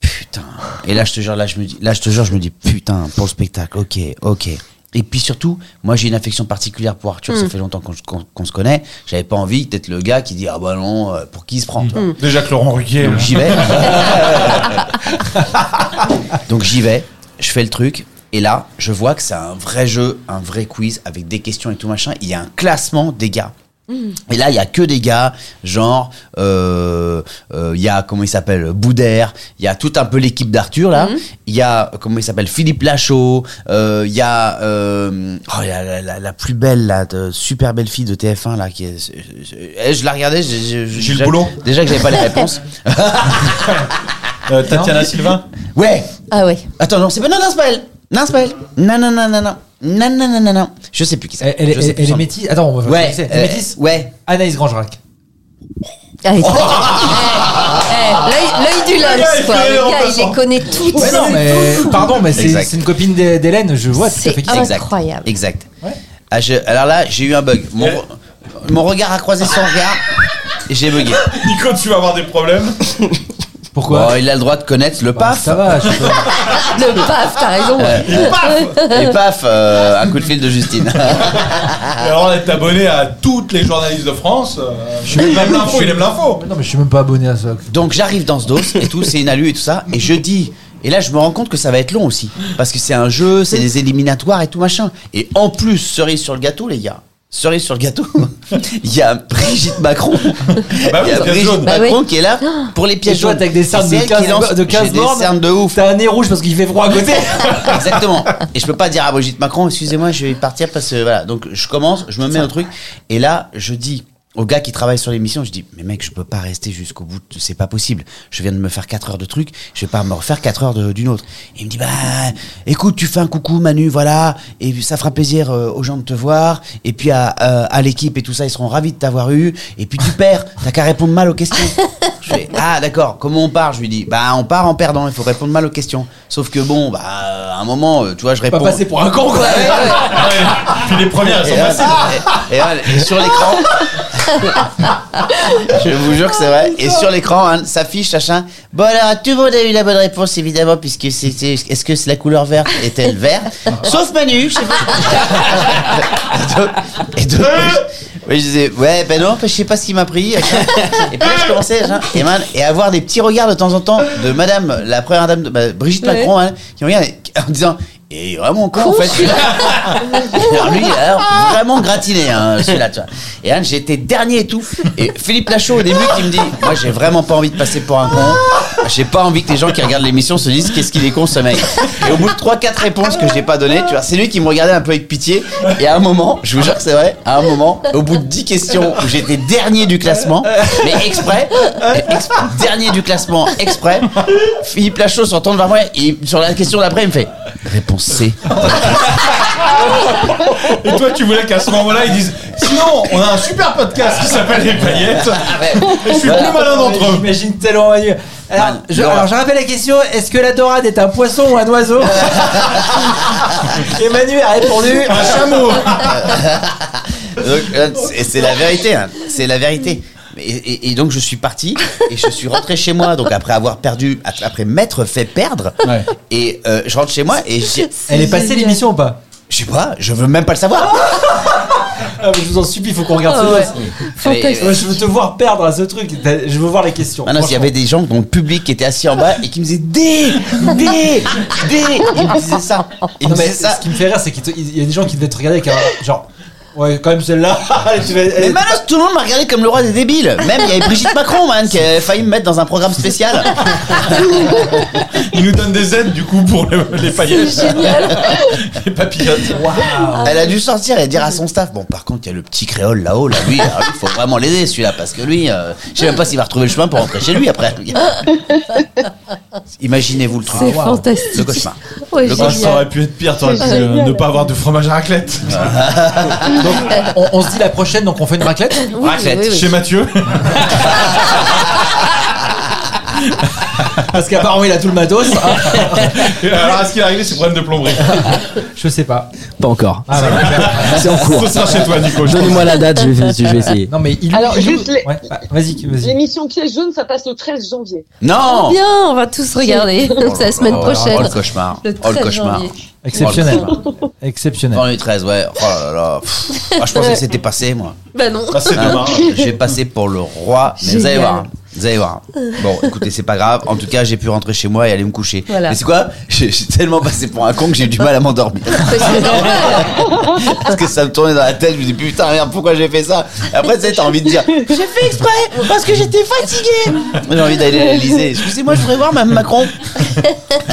Putain. Et là, je te jure, là, je me dis, là, je te jure, je me dis, putain, pour le spectacle, ok, ok. Et puis surtout, moi, j'ai une affection particulière pour Arthur. Ça fait longtemps qu'on qu'on- qu'on se connaît. J'avais pas envie d'être le gars qui dit, ah bah non, euh, pour qui il se prend, tu vois. Déjà que Laurent Ruquier. Donc j'y vais. Donc j'y vais, je fais le truc. Et là, je vois que c'est un vrai jeu, un vrai quiz avec des questions et tout machin. Il y a un classement des gars. Et là, il y a que des gars, genre, euh, euh, il y a, comment il s'appelle, Boudère, il y a tout un peu l'équipe d'Arthur, là. Il y a, comment il s'appelle, Philippe Lachaud, euh, il y a, euh, oh, il y a la, la- la plus belle, là, de- super belle fille de TF1, là, qui est, euh, je, je la regardais, je- je- je- Gilles déjà- Boulot Déjà que j'avais pas les réponses. Euh, Tatiana Silva Ouais. Ah ouais. Attends, non, c'est pas. Non, non, c'est pas elle. Non, c'est pas elle. Non, non, non, non, non. Non, non, non, non, non. Je sais plus qui c'est. Elle, elle- Je sais elle- plus elle son est nom. métisse. Attends, on va Ouais. Elle euh, est métisse. ouais. Anaïs Grangerac. Ah, il- Eh, l'œil- L'œil du lynx, quoi. Le gars, il les connaît toutes. Mais non, mais pardon, mais c'est Exact. c'est une copine d'Hé- d'Hélène, je vois tout à C'est fait qui un- c'est. Exact. Incroyable. Exact. Ouais. Ah, je- alors là, j'ai eu un bug. Mon, re- mon regard a croisé son regard. et J'ai bugué. Nico, tu vas avoir des problèmes. Pourquoi Bon, il a le droit de connaître le Bah, paf. Ça va, je peux- Le paf, t'as raison. Et paf, euh, un coup de fil de Justine. Et Ah. alors, d'être abonné à toutes les journalistes de France. euh, il aime l'info, il aime l'info. Non, mais je suis même pas abonné à ça. Donc j'arrive dans ce dos et tout, c'est une alu et tout ça, et je dis. Et là, je me rends compte que ça va être long aussi, parce que c'est un jeu, c'est des éliminatoires et tout machin. Et en plus, cerise sur le gâteau, les gars. Cerise sur le gâteau, il y a Brigitte Macron. bah oui, il y a pièce Brigitte jaune. Bah Macron oui. qui est là pour les pièges Et toi, jaunes. t'as avec des cernes Et c'est de elle qui 15 lance- de 15 j'ai des bornes. cernes de ouf. T'as un nez rouge parce qu'il fait froid à côté. Exactement. Et je peux pas dire à Brigitte Macron, excusez-moi, je vais partir parce que voilà. Donc je commence, je me mets au truc, et là je dis au gars qui travaille sur l'émission, je dis mais mec, je peux pas rester jusqu'au bout, de- c'est pas possible. Je viens de me faire 4 heures de truc, je vais pas me refaire 4 heures de- d'une autre. Et il me dit bah écoute, tu fais un coucou Manu, voilà, et puis ça fera plaisir euh, aux gens de te voir, et puis à, euh, à l'équipe et tout ça, ils seront ravis de t'avoir eu. Et puis tu perds, t'as qu'à répondre mal aux questions. Je fais, ah d'accord, comment on part Je lui dis, bah on part en perdant, il faut répondre mal aux questions. Sauf que bon, bah à un moment, euh, tu vois, je Pas réponds. passer pour un con, quoi. Ouais, ouais, ouais. Ah, Puis les premières, elles Et sont là, faciles. et- et là, et sur l'écran, je vous jure que c'est vrai. Et sur l'écran, hein, s'affiche chacun. Bon alors, tout le monde a eu la bonne réponse évidemment, puisque c'est, c'est- est-ce que c'est la couleur verte est-elle verte Sauf Manu, je sais pas. et donc, et donc, je- oui, je disais, ouais, ben non, je sais pas ce qui m'a pris. Et puis là, je commençais hein, et, man- et à avoir des petits regards de temps en temps de Madame, la première dame, de, bah, Brigitte Ouais. Macron, hein, qui me regarde et- en disant. Et vraiment con en fait. Alors lui, alors, vraiment gratiné, hein, celui-là, tu vois. Et Anne, j'étais dernier et tout. Et Philippe Lachaud, au début, qui me dit Moi, j'ai vraiment pas envie de passer pour un con. J'ai pas envie que les gens qui regardent l'émission se disent Qu'est-ce qu'il est con, ce mec Et au bout de 3-4 réponses que j'ai pas données, tu vois, c'est lui qui me regardait un peu avec pitié. Et à un moment, je vous jure que c'est vrai, à un moment, au bout de 10 questions où j'étais dernier du classement, mais exprès, exprès, dernier du classement, exprès, Philippe Lachaud se retourne vers moi et sur la question d'après, il me fait Réponse C. Et toi, tu voulais qu'à ce moment-là, ils disent Sinon, on a un super podcast qui s'appelle Les Paillettes. Et je suis le plus malin d'entre eux. J'imagine tellement Manu. Alors, Man, je, Laura. alors, je rappelle la question est-ce que la dorade est un poisson ou un oiseau Et Manu a répondu Un chameau. Donc, euh, c'est- c'est la vérité, hein. c'est la vérité. Et, et- et donc je suis parti et je suis rentré chez moi. Donc après avoir perdu, ap- après m'être fait perdre, Ouais. et euh, je rentre chez moi et je dis- Elle est passée l'émission ou pas je sais pas, je veux même pas le savoir. ah, mais Je vous en supplie, il faut qu'on regarde Ah ce ouais. truc. Fantastique. Ouais, je veux te voir perdre à ce truc. Je veux voir les questions. Maintenant, il ah y avait des gens dans le public qui étaient assis en bas et qui me disaient D, D, D. Ils me disaient ça. Ils me Non, mais disaient ça. ce qui me fait rire, c'est qu'il y a des gens qui devaient te regarder avec un genre. Ouais, quand même celle-là. tu eh, vas- Mais elle- Manos, tout le monde m'a regardé comme le roi des débiles. Même il y avait Brigitte Macron, man, qui a failli me mettre dans un programme spécial. Ils nous donnent des aides, du coup, pour le- les paillettes. Génial. Les papillotes. Ah Elle a dû sortir et dire à son staff Bon, par contre, il y a le petit créole là-haut, là, lui, alors lui, faut vraiment l'aider, celui-là, parce que lui, euh, je sais même pas s'il va retrouver le chemin pour rentrer chez lui après. Imaginez-vous le truc. Ah, C'est Waouh. fantastique. Le cauchemar. Ouais, Le Ah, Ça génial. aurait pu être pire, t'aurais pu C'est euh, génial. ne pas avoir de fromage à raclette. Donc, on, on se dit la prochaine, donc on fait une raclette. Oui, Raclette, oui, oui. Chez Mathieu. Parce qu'apparemment, il a tout le matos. hein. Et Alors, est-ce qu'il a réglé ses problèmes de plomberie Ah, Je sais pas. Pas encore. Ah, bah, C'est en cours. Ce sera chez toi, Nico. je pense. Donnez-moi la date, je vais, je vais essayer. Non, mais il. Alors, il- juste les- Ouais, bah, vas-y, vas-y. L'émission Piège jaune, ça passe le 13 janvier. Non Bien, on va tous regarder. C'est la semaine Oh, Oh prochaine. le cauchemar. Le Oh le 13 cauchemar. janvier. Exceptionnel. Dans Exceptionnel. les 13, ouais. Oh là là. Pff. Ah, je pensais que c'était passé, moi. Bah non. Ah, c'est demain. J'ai passé pour le roi, mais vous allez Génial. voir. hein. Vous allez voir. Bon, écoutez, c'est pas grave. En tout cas, j'ai pu rentrer chez moi et aller me coucher. Voilà. Mais c'est quoi J'ai j'ai tellement passé pour un con que j'ai eu du mal à m'endormir. Parce que ça me tournait dans la tête, je me dis putain merde pourquoi j'ai fait ça Et Après tu sais t'as envie de dire j'ai fait exprès parce que j'étais fatigué J'ai envie d'aller à l'Elysée Excusez-moi je voudrais voir même Macron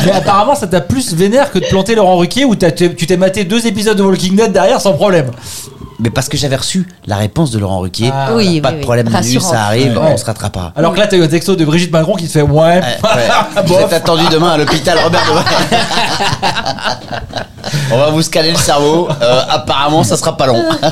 Mais apparemment, ça t'a plus vénère que de planter Laurent Ruquier où t'as- tu tu t'es maté deux épisodes de Walking Dead derrière sans problème. Mais parce que j'avais reçu la réponse de Laurent Ruquier Ah, oui, Pas oui, de oui. problème Manu Rassurant. ça arrive Ouais. on se rattrapera Alors que là, t'as eu un texto de Brigitte Macron qui te fait Ouais. Ouais, ouais. Vous êtes attendu demain à l'hôpital Robert Debré. On va vous scaler le cerveau. Euh, apparemment, ça sera pas long.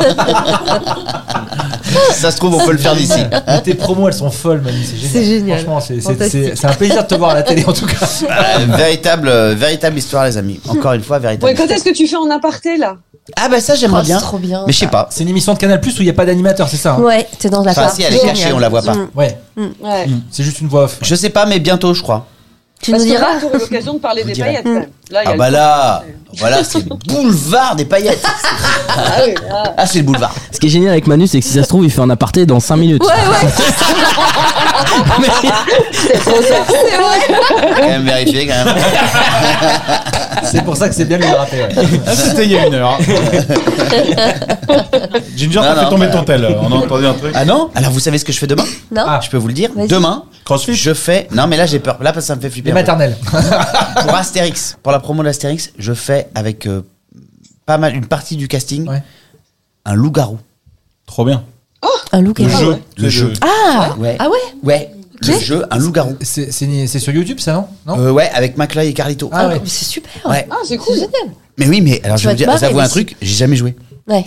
Si ça se trouve, on peut le faire d'ici. Mais Tes promos, elles sont folles, Manu. C'est génial. C'est génial. Franchement, c'est- c'est- c'est Fantastique. c'est un plaisir de te voir à la télé en tout cas. Euh, véritable, euh, véritable histoire, les amis. Encore une fois, véritable. Ouais, quand est-ce que tu fais en aparté là Ah bah ça j'aimerais Oh, bien. c'est trop bien, Mais je sais ça. pas. C'est une émission de Canal Plus où il n'y a pas d'animateur, c'est ça hein Ouais, t'es dans la Enfin, partie. si, elle est cachée, Génial. on la voit pas. Mm. Ouais. Ouais. C'est juste une voix off. Je sais pas, mais bientôt je crois. Tu Parce nous que là, diras tu auras l'occasion de parler des direz. paillettes. quand même. Là, il y a Ah le- bah là, voilà, c'est le boulevard des paillettes. Ah oui, ah. Ah c'est le boulevard. Ce qui est génial avec Manu, c'est que si ça se trouve, il fait un aparté dans 5 minutes. Ouais, ouais, c'est vrai. Quand même vérifié quand même. C'est pour ça que c'est bien de le rappeler. ouais. Ah, C'était il y a une heure. Ginger, Non, t'as non, fait tomber bah- ton tel. On a entendu un truc. Ah non Alors vous savez ce que je fais demain Non Ah. Je peux vous le dire. Vas-y. Demain, Crossfit. je fais. Non mais là j'ai peur. Là parce que ça me fait flipper. Les un peu. maternelles. Pour Astérix, pour la promo d'Astérix, je fais avec euh, pas mal une partie du casting Ouais. un loup garou. Trop bien. Un look Le et- jeu. Le jeu. Ah Ouais. Ah ouais Ouais. Le jeu, un loup garou. C'est c'est ni- c'est sur YouTube, ça, non Non Euh, ouais, avec McFly et Carlito. Ah ouais. Mais C'est super. Ouais. Ah, c'est cool. Mais oui, mais alors Tu je vas vais vous te dire, marrer, j'avoue un mais si- truc, j'ai jamais joué. Ouais.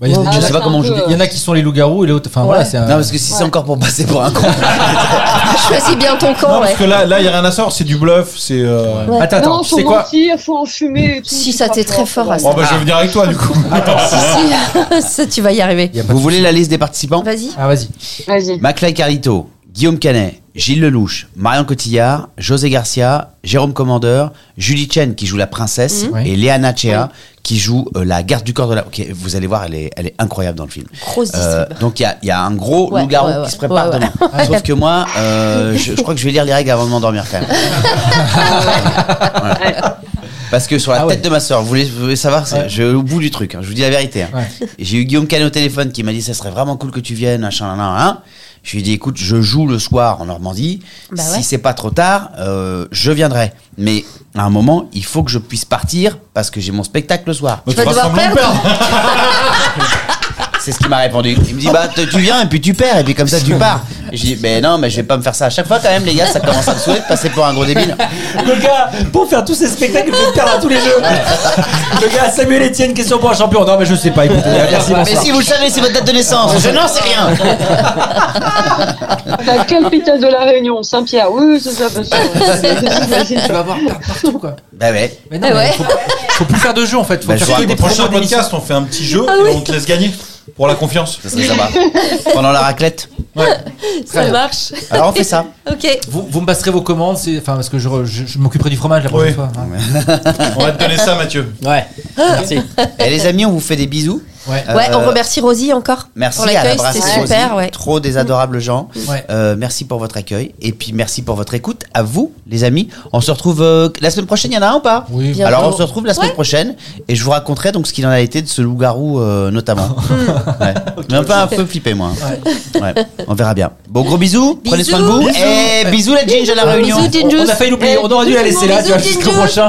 Bah, il y a- Ah, je là, sais pas c'est comment un je peu, Il y en a qui sont les loups-garous et les autres. Enfin voilà, c'est un. Non, parce que si c'est Ouais. encore pour passer pour un con. Choisis bien ton camp, Non, parce ouais. que là, là, il n'y a rien à sortir, c'est du bluff, c'est. euh, Ouais. Attends, attends, non, tu faut sais quoi mentir, faut en fumer. Et tout, Si, je ça, crois t'es que très non, fort hein. faut Oh, à pas. Bon, bah, je vais venir avec toi, du coup. Si, si, ça, tu vas y arriver. Vous voulez la liste des participants Vas-y. Ah vas-y. Vas-y. Maclay Carito, Guillaume Canet, Gilles Lelouch, Marion Cotillard, José Garcia, Jérôme Commandeur, Julie Chen qui joue la princesse Mhm. et Léana Chea qui joue euh, la garde du corps de la. Ok, vous allez voir, elle est, elle est incroyable dans le film. Grosse Euh, distrib. donc il y a, il y a un gros Ouais, loup-garou ouais, ouais. qui se prépare Ouais, ouais. demain. Sauf que moi, euh, je, je crois que je vais lire les règles avant de m'endormir quand même. Voilà. Parce que sur Ah la tête ouais. de ma soeur, vous voulez, vous voulez savoir, c'est- Ouais. je vais au bout du truc, hein, je vous dis la vérité. hein. Ouais. J'ai eu Guillaume Canet au téléphone qui m'a dit ça serait vraiment cool que tu viennes, machin, nan, nan, nan. Je lui ai dit écoute, je joue le soir en Normandie. Bah si ouais. c'est pas trop tard, euh, je viendrai. Mais à un moment, il faut que je puisse partir parce que j'ai mon spectacle le soir. Bah, Tu vas feras devoir semblant de perdre. C'est ce qu'il m'a répondu. Il me dit bah te- tu viens et puis tu perds et puis comme ça tu pars. Et Je dis mais non mais je vais pas me faire ça à chaque fois quand même les gars ça commence à me saouler de passer pour un gros débile. Le gars, pour faire tous ces spectacles, il faut perdre à tous les jeux. Le gars, Samuel Etienne, question pour un champion. Non, mais je sais pas, écoutez, merci, Mais bonsoir. si vous le savez c'est votre date de naissance. Je n'en sais rien. La capitale de la Réunion, Saint-Pierre. Oui, c'est ça, bien sûr. Tu vas voir par- partout, quoi. Bah ouais. Mais non, Ah mais ouais. faut, faut plus faire de jeu, en fait. Faut Bah, je faire vais- que des Au prochain promos d'émissions. podcast, on fait un petit jeu Ah, et on te laisse gagner pour la confiance. Ça serait sympa. Pendant la raclette. Très Ça bien. marche. Alors on fait ça. Ok. Vous, vous me passerez vos commandes, c'est- enfin, parce que je, re- je- je m'occuperai du fromage la prochaine Oui. fois. hein. On va te donner ça, Mathieu. Ouais. Merci. Et Eh, les amis on vous fait des bisous. Ouais. Ouais, on Euh, remercie Rosie encore. Merci pour à la l'accueil, brasserie c'était super. Rosie. Ouais. Trop des adorables gens. Ouais. Euh, merci pour votre accueil et puis merci pour votre écoute. À vous, les amis. On se retrouve euh, la semaine prochaine. Il y en a un ou pas Oui. Bientôt. Alors on se retrouve la semaine Ouais. prochaine et je vous raconterai donc ce qu'il en a été de ce loup-garou euh, notamment. Hmm. Ouais. Mais un peu, un peu flippé moi. hein. Ouais. On verra bien. Bon gros bisous. Prenez soin de vous Bisous. et bisous la Ginge à la Bisous, réunion. Ginge. On, on a failli l'oublier, on aurait dû la laisser là, tu vois, Bisous, jusqu'au Ginger. prochain.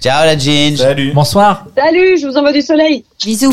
Ciao la Ginge. Salut. Bonsoir. Salut, je vous envoie du soleil. Bisous.